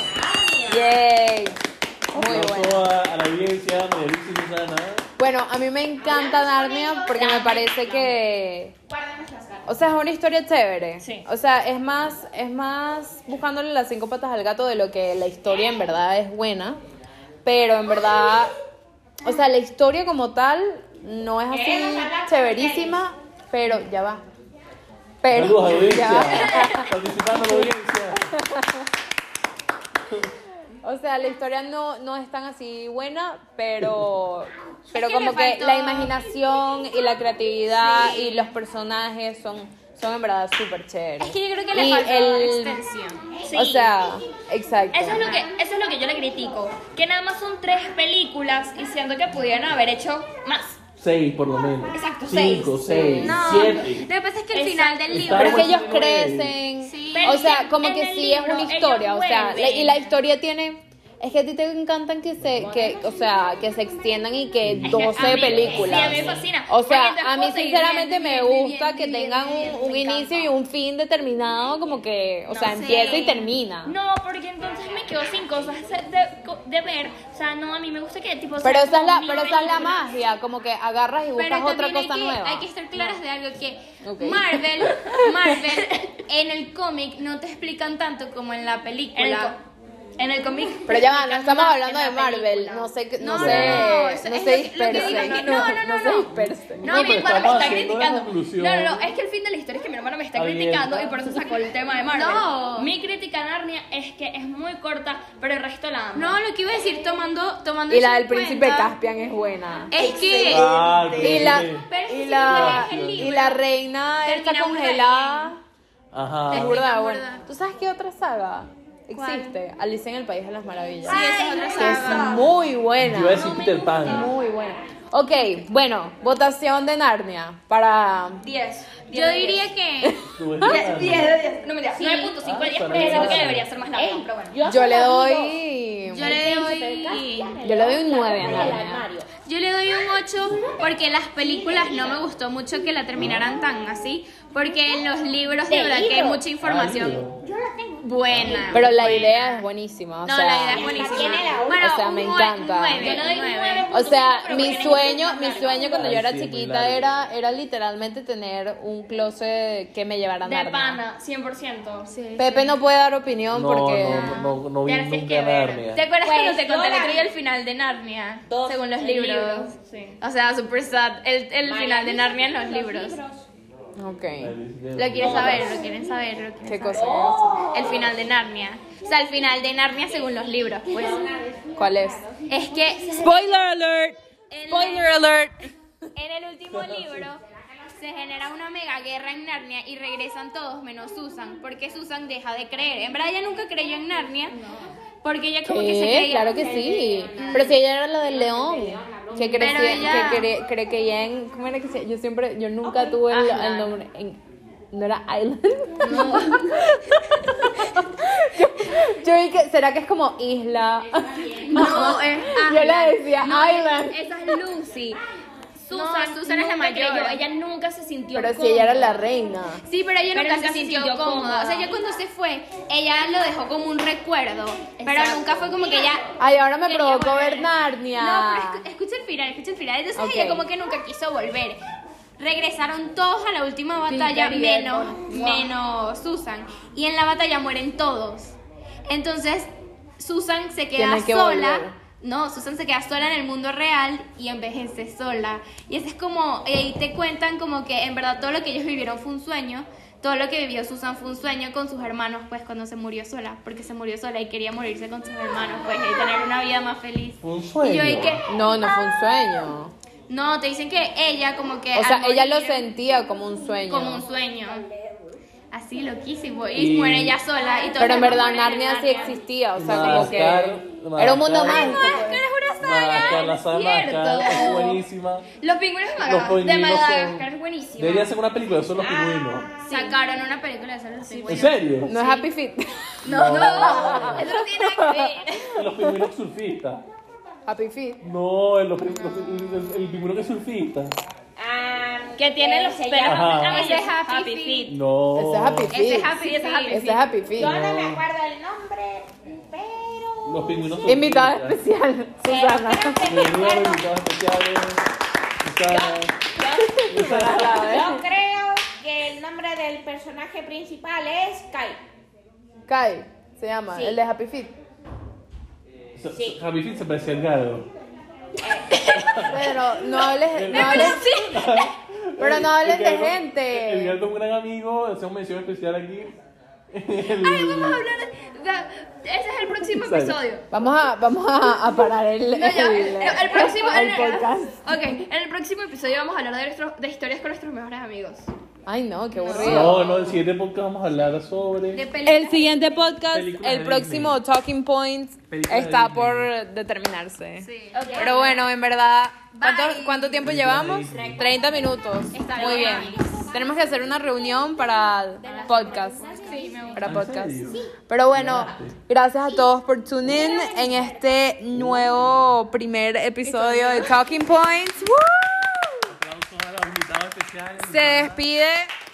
Speaker 3: Muy
Speaker 5: Aplauso
Speaker 3: bueno.
Speaker 5: a, a la audiencia, María Luis y Susana.
Speaker 3: Bueno, a mí me encanta Narnia porque me parece que. O sea, es una historia chévere.
Speaker 7: Sí.
Speaker 3: O sea, es más, es más buscándole las cinco patas al gato de lo que la historia en verdad es buena. Pero en verdad, o sea, la historia como tal no es así chéverísima, pero ya va.
Speaker 5: Saludos a la
Speaker 3: Pero ya
Speaker 5: audiencia.
Speaker 3: va.
Speaker 5: Participando a la audiencia.
Speaker 3: O sea, la historia no, no es tan así buena, pero, pero
Speaker 6: que
Speaker 3: como
Speaker 6: le
Speaker 3: que
Speaker 6: faltó-
Speaker 3: la imaginación y la creatividad y los personajes son, son en verdad súper chéveres.
Speaker 6: Es que yo creo que le
Speaker 3: Y
Speaker 6: faltó
Speaker 3: el-
Speaker 6: extensión.
Speaker 3: O sea, exacto.
Speaker 7: Eso es, lo que, eso es lo que yo le critico, que nada más son tres películas y siento que pudieron haber hecho más.
Speaker 5: Seis, por lo menos.
Speaker 7: Exacto,
Speaker 5: Cinco, seis,
Speaker 6: No,
Speaker 5: siete.
Speaker 6: lo que pasa es que el
Speaker 7: Exacto.
Speaker 6: final del libro.
Speaker 5: Star
Speaker 3: Pero es que ellos
Speaker 5: Wars
Speaker 3: crecen,
Speaker 6: Sí.
Speaker 3: o sea, como
Speaker 7: En
Speaker 3: que
Speaker 7: el
Speaker 3: sí es una
Speaker 7: libro,
Speaker 3: historia, o
Speaker 7: ellos
Speaker 3: sea, la- y
Speaker 7: vuelven.
Speaker 3: la historia tiene, es que a ti te encantan que se, que, o sea, que se extiendan y que
Speaker 7: que a
Speaker 3: 12
Speaker 7: mí-
Speaker 3: películas.
Speaker 7: sí, a mí me fascina.
Speaker 3: O sea,
Speaker 7: Porque
Speaker 3: a mí
Speaker 7: entonces puedo seguir
Speaker 3: sinceramente me
Speaker 7: viendo, viendo,
Speaker 3: gusta que
Speaker 7: viendo,
Speaker 3: tengan un,
Speaker 7: viendo,
Speaker 3: un
Speaker 7: me encanta.
Speaker 3: inicio y un fin determinado, como que, o sea,
Speaker 6: sé.
Speaker 3: empieza y termina.
Speaker 7: No, porque entonces me quedo sin cosas de, de ver. O sea, no, a mí me gusta que tipo...
Speaker 3: Pero
Speaker 7: sea
Speaker 3: esa es la,
Speaker 7: una
Speaker 3: pero esa es la
Speaker 7: película.
Speaker 3: magia, como que agarras y buscas
Speaker 6: Pero
Speaker 3: otra
Speaker 6: también hay
Speaker 3: cosa
Speaker 6: que,
Speaker 3: nueva.
Speaker 6: hay que estar claras de algo que
Speaker 3: Ok.
Speaker 6: Marvel, Marvel en el cómic no te explican tanto como en la película.
Speaker 7: En el co- En el cómic.
Speaker 3: Pero ya va, no estamos
Speaker 7: más
Speaker 3: hablando
Speaker 7: en
Speaker 3: de
Speaker 7: la
Speaker 3: Marvel,
Speaker 7: película.
Speaker 3: no sé, qué- no,
Speaker 6: No,
Speaker 3: sé,
Speaker 6: no, eso
Speaker 3: no
Speaker 6: es
Speaker 3: se
Speaker 6: lo que- lo que
Speaker 3: dispersen,
Speaker 6: digo,
Speaker 3: no,
Speaker 6: no, no,
Speaker 3: no
Speaker 6: no,
Speaker 3: se
Speaker 6: no.
Speaker 3: dispersen.
Speaker 7: No,
Speaker 5: No,
Speaker 7: mi
Speaker 5: pero
Speaker 7: hermano me
Speaker 5: estamos
Speaker 7: está
Speaker 5: haciendo la
Speaker 7: criticando.
Speaker 5: conclusión.
Speaker 7: No, no, no, es que el fin de la historia es que mi hermano me está
Speaker 5: Abierta.
Speaker 7: criticando y por eso sacó el tema de Marvel.
Speaker 6: No.
Speaker 7: Mi crítica a Narnia es que es muy corta, pero el resto la amo.
Speaker 6: No, lo que iba a decir tomando, tomando
Speaker 3: Y
Speaker 6: eso
Speaker 3: la del
Speaker 6: en
Speaker 3: príncipe
Speaker 6: cuenta,
Speaker 3: Caspian es buena.
Speaker 6: Es que
Speaker 5: Ah, qué
Speaker 3: Y la,
Speaker 5: bien.
Speaker 6: Pero
Speaker 3: y
Speaker 6: si
Speaker 3: la,
Speaker 6: tú lees el libro,
Speaker 3: y la reina
Speaker 6: termina
Speaker 3: está
Speaker 6: burda de
Speaker 3: congelada. Es
Speaker 5: Ajá.
Speaker 3: burda,
Speaker 6: Termina
Speaker 3: bueno.
Speaker 6: burda.
Speaker 3: ¿Tú sabes qué otra saga
Speaker 6: ¿Cuál?
Speaker 3: existe? Alicia en el País de las Maravillas.
Speaker 6: sí, esa es otra
Speaker 3: Que es
Speaker 6: saga.
Speaker 3: muy
Speaker 5: Yo iba a
Speaker 3: buena.
Speaker 5: decir Peter Pan.
Speaker 3: Muy buena. Ok, bueno, votación de Narnia para...
Speaker 7: 10.
Speaker 6: Yo diría que
Speaker 5: Tú ves Peter Pan.
Speaker 7: No me digas,
Speaker 6: Sí.
Speaker 7: 9.5 de 10
Speaker 5: Ah,
Speaker 7: porque siento que
Speaker 5: para
Speaker 7: debería ser más larga, pero bueno.
Speaker 3: Yo le doy...
Speaker 6: yo le doy
Speaker 3: Yo le doy un 9 a Narnia.
Speaker 6: yo le doy un 8 porque las películas no me gustó mucho que la terminaran tan así, porque en los libros de verdad que hay mucha información buena.
Speaker 3: Pero la idea es buenísima. O
Speaker 6: no,
Speaker 3: sea,
Speaker 6: la idea es buenísima. Bueno,
Speaker 3: O sea, me
Speaker 6: un nue-
Speaker 3: encanta.
Speaker 6: nueve,
Speaker 3: Yo
Speaker 7: le doy un
Speaker 6: nueve.
Speaker 7: nueve.
Speaker 3: O sea,
Speaker 7: Pero
Speaker 3: mi
Speaker 7: porque
Speaker 3: sueño,
Speaker 7: necesitas
Speaker 3: mi
Speaker 7: largo.
Speaker 3: sueño cuando yo
Speaker 5: Ay,
Speaker 3: era
Speaker 5: sí, muy
Speaker 3: chiquita
Speaker 5: largo.
Speaker 3: era, era literalmente tener un closet que me llevara a
Speaker 7: De
Speaker 3: Narnia.
Speaker 7: pana, 100%.
Speaker 3: Pepe no puede dar opinión
Speaker 5: No,
Speaker 3: porque
Speaker 5: no, no, no vi
Speaker 7: Ya tienes
Speaker 5: nunca
Speaker 7: que ver.
Speaker 5: Narnia.
Speaker 6: ¿Te acuerdas
Speaker 7: Pues,
Speaker 6: cuando te conté el otro día
Speaker 7: dólares.
Speaker 6: el final de Narnia?
Speaker 7: Dos
Speaker 6: según los libros.
Speaker 7: libros, sí.
Speaker 6: O sea, super sad. El, el final de Narnia en los libros.
Speaker 3: Ok.
Speaker 6: Lo quieren saber, lo quieren saber, lo quieren
Speaker 3: ¿Qué
Speaker 6: saber.
Speaker 3: cosa
Speaker 6: El final de Narnia. O sea, el final de Narnia según los libros, pues.
Speaker 3: es? ¿Cuál es?
Speaker 6: Es que
Speaker 3: Spoiler alert. Spoiler alert.
Speaker 6: en el último libro se genera una mega guerra en Narnia y regresan todos menos Susan, porque Susan deja de creer. En verdad ella nunca creyó en Narnia, porque ella como que se
Speaker 3: ¿Qué?
Speaker 6: creía.
Speaker 3: Eh, Claro que sí. Pero si ella era la del león, que
Speaker 6: Pero
Speaker 3: crecía,
Speaker 6: ella-
Speaker 3: que cre, cre- que ya en, ¿cómo era que se? Yo siempre, yo nunca tuve el, el nombre en, no era island. yo, yo vi que, ¿será que es como isla?
Speaker 6: No, es
Speaker 3: Yo la
Speaker 6: Aslan.
Speaker 3: decía
Speaker 6: No,
Speaker 3: Island.
Speaker 6: Esa es Lucy.
Speaker 7: Susan,
Speaker 6: Susan, Susan es la
Speaker 7: nunca
Speaker 6: mayor.
Speaker 7: creyó, ella nunca se sintió
Speaker 3: Pero si
Speaker 7: cómoda.
Speaker 3: ella era la reina.
Speaker 6: Sí, pero ella
Speaker 7: Pero
Speaker 6: nunca
Speaker 7: nunca
Speaker 6: se sintió,
Speaker 7: sintió
Speaker 6: cómoda.
Speaker 7: cómoda.
Speaker 6: O sea, ella cuando se fue, ella lo dejó como un recuerdo. Pero nunca fue como que ella.
Speaker 3: Ay, ahora me
Speaker 6: quería
Speaker 3: provocó
Speaker 6: volver.
Speaker 3: ver Narnia.
Speaker 6: No, pero escu- escucha el final, escucha el final. Entonces
Speaker 3: Ok.
Speaker 6: ella como que nunca quiso volver. regresaron todos a la última batalla,
Speaker 8: Peter y
Speaker 6: menos,
Speaker 8: Edward. Wow.
Speaker 6: menos Susan. Y en la batalla mueren todos. Entonces, Susan se queda
Speaker 3: Tiene que
Speaker 6: sola.
Speaker 3: volver.
Speaker 6: No, Susan se queda sola en el mundo real y envejece sola. Y ese es como, y ahí te cuentan como que en verdad todo lo que ellos vivieron fue un sueño. Todo lo que vivió Susan fue un sueño con sus hermanos, pues cuando se murió sola, porque se murió sola y quería morirse con sus hermanos, pues y tener una vida más feliz.
Speaker 5: Fue un
Speaker 6: Y yo
Speaker 5: sueño.
Speaker 6: y que,
Speaker 3: No, no fue un sueño.
Speaker 6: no, te dicen que ella como que...
Speaker 3: O sea,
Speaker 6: al
Speaker 3: ella lo
Speaker 6: morir-
Speaker 3: sentía como un sueño.
Speaker 6: Como un sueño. Así loquísimo. Y, muere ella sola. Y todo
Speaker 3: Pero en verdad Narnia sí existía, o sea, como que
Speaker 5: Madagascar,
Speaker 3: era un mundo
Speaker 5: Madagascar.
Speaker 3: mágico. pues.
Speaker 5: Madagascar, la saga de Madagascar es
Speaker 8: cierto.
Speaker 5: buenísima.
Speaker 8: Los pingüinos de
Speaker 5: Los
Speaker 8: Maga- de
Speaker 5: pingüinos
Speaker 8: Madagascar
Speaker 5: son-
Speaker 8: es buenísimo.
Speaker 5: Debería ser una película, son los
Speaker 8: Ah,
Speaker 5: pingüinos.
Speaker 6: Sacaron una película de solo
Speaker 5: ¿En serio?
Speaker 3: No es Happy Feet.
Speaker 8: No, no, eso no tiene nada que ver.
Speaker 5: Los pingüinos surfistas.
Speaker 3: Happy Feet.
Speaker 5: No, el, los pingü- los- el- el- el pingüino que es surfista.
Speaker 8: Ah, que tiene los
Speaker 7: se
Speaker 8: pelos.
Speaker 5: llama-
Speaker 8: Ah,
Speaker 6: Ese es Happy Feet.
Speaker 5: No.
Speaker 3: Ese es Happy Feet.
Speaker 6: Ese es Happy
Speaker 8: ese es Happy
Speaker 6: Feet.
Speaker 3: Ese es Happy Feet.
Speaker 7: Yo no me acuerdo el nombre, pero.
Speaker 5: Los pingüinos surfistas.
Speaker 3: Invitada especial, Susana.
Speaker 5: Bienvenidos a los invitados especiales. Susana. Susana.
Speaker 7: Yo creo que el nombre del personaje principal es Kai.
Speaker 3: Kai, se llama,
Speaker 7: Sí.
Speaker 3: el de Happy Feet.
Speaker 5: Su- su- Happy Feet se parecía al gado.
Speaker 3: Pero no hables, no hables. Pero no hables
Speaker 5: hablen
Speaker 3: de
Speaker 5: El
Speaker 3: gente.
Speaker 5: Galdo es un gran amigo, hacemos mención especial aquí. El-
Speaker 8: Ay, vamos a hablar de- de- Ese es el próximo
Speaker 5: Sale.
Speaker 8: episodio.
Speaker 3: Vamos a, vamos a, a parar el,
Speaker 8: No, ya,
Speaker 3: el-
Speaker 8: el, el próximo
Speaker 3: el
Speaker 8: en-
Speaker 3: podcast.
Speaker 8: Ok, en el próximo episodio vamos a hablar de, nuestros- de historias con nuestros mejores amigos.
Speaker 3: Ay, no, qué aburrido.
Speaker 5: No, no, el siguiente podcast vamos a hablar sobre.
Speaker 8: De películas.
Speaker 3: El siguiente podcast,
Speaker 5: Películas de
Speaker 3: el próximo Talking Point
Speaker 5: Películas de
Speaker 3: está
Speaker 5: Disney.
Speaker 3: por determinarse.
Speaker 8: Sí.
Speaker 3: Pero bueno, en verdad, ¿cuánto,
Speaker 8: Bye.
Speaker 3: cuánto tiempo
Speaker 5: Películas de
Speaker 3: llevamos?
Speaker 5: Disney.
Speaker 3: 30 minutos.
Speaker 8: Está
Speaker 3: Muy
Speaker 8: bien.
Speaker 3: bien. Tenemos que hacer una reunión para podcast.
Speaker 8: Sí, me gusta.
Speaker 3: Para
Speaker 5: ¿En
Speaker 3: podcast.
Speaker 5: serio?
Speaker 3: Pero bueno, gracias a todos por tuning in en este nuevo primer episodio de Talking Points. ¡Woo!
Speaker 9: Aplausos a los invitados especiales.
Speaker 3: Se despide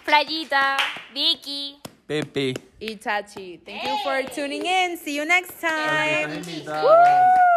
Speaker 8: Playita, Vicky.
Speaker 5: Pepe.
Speaker 3: Itachi. Thank you for tuning in. See you next time.
Speaker 5: Invitados.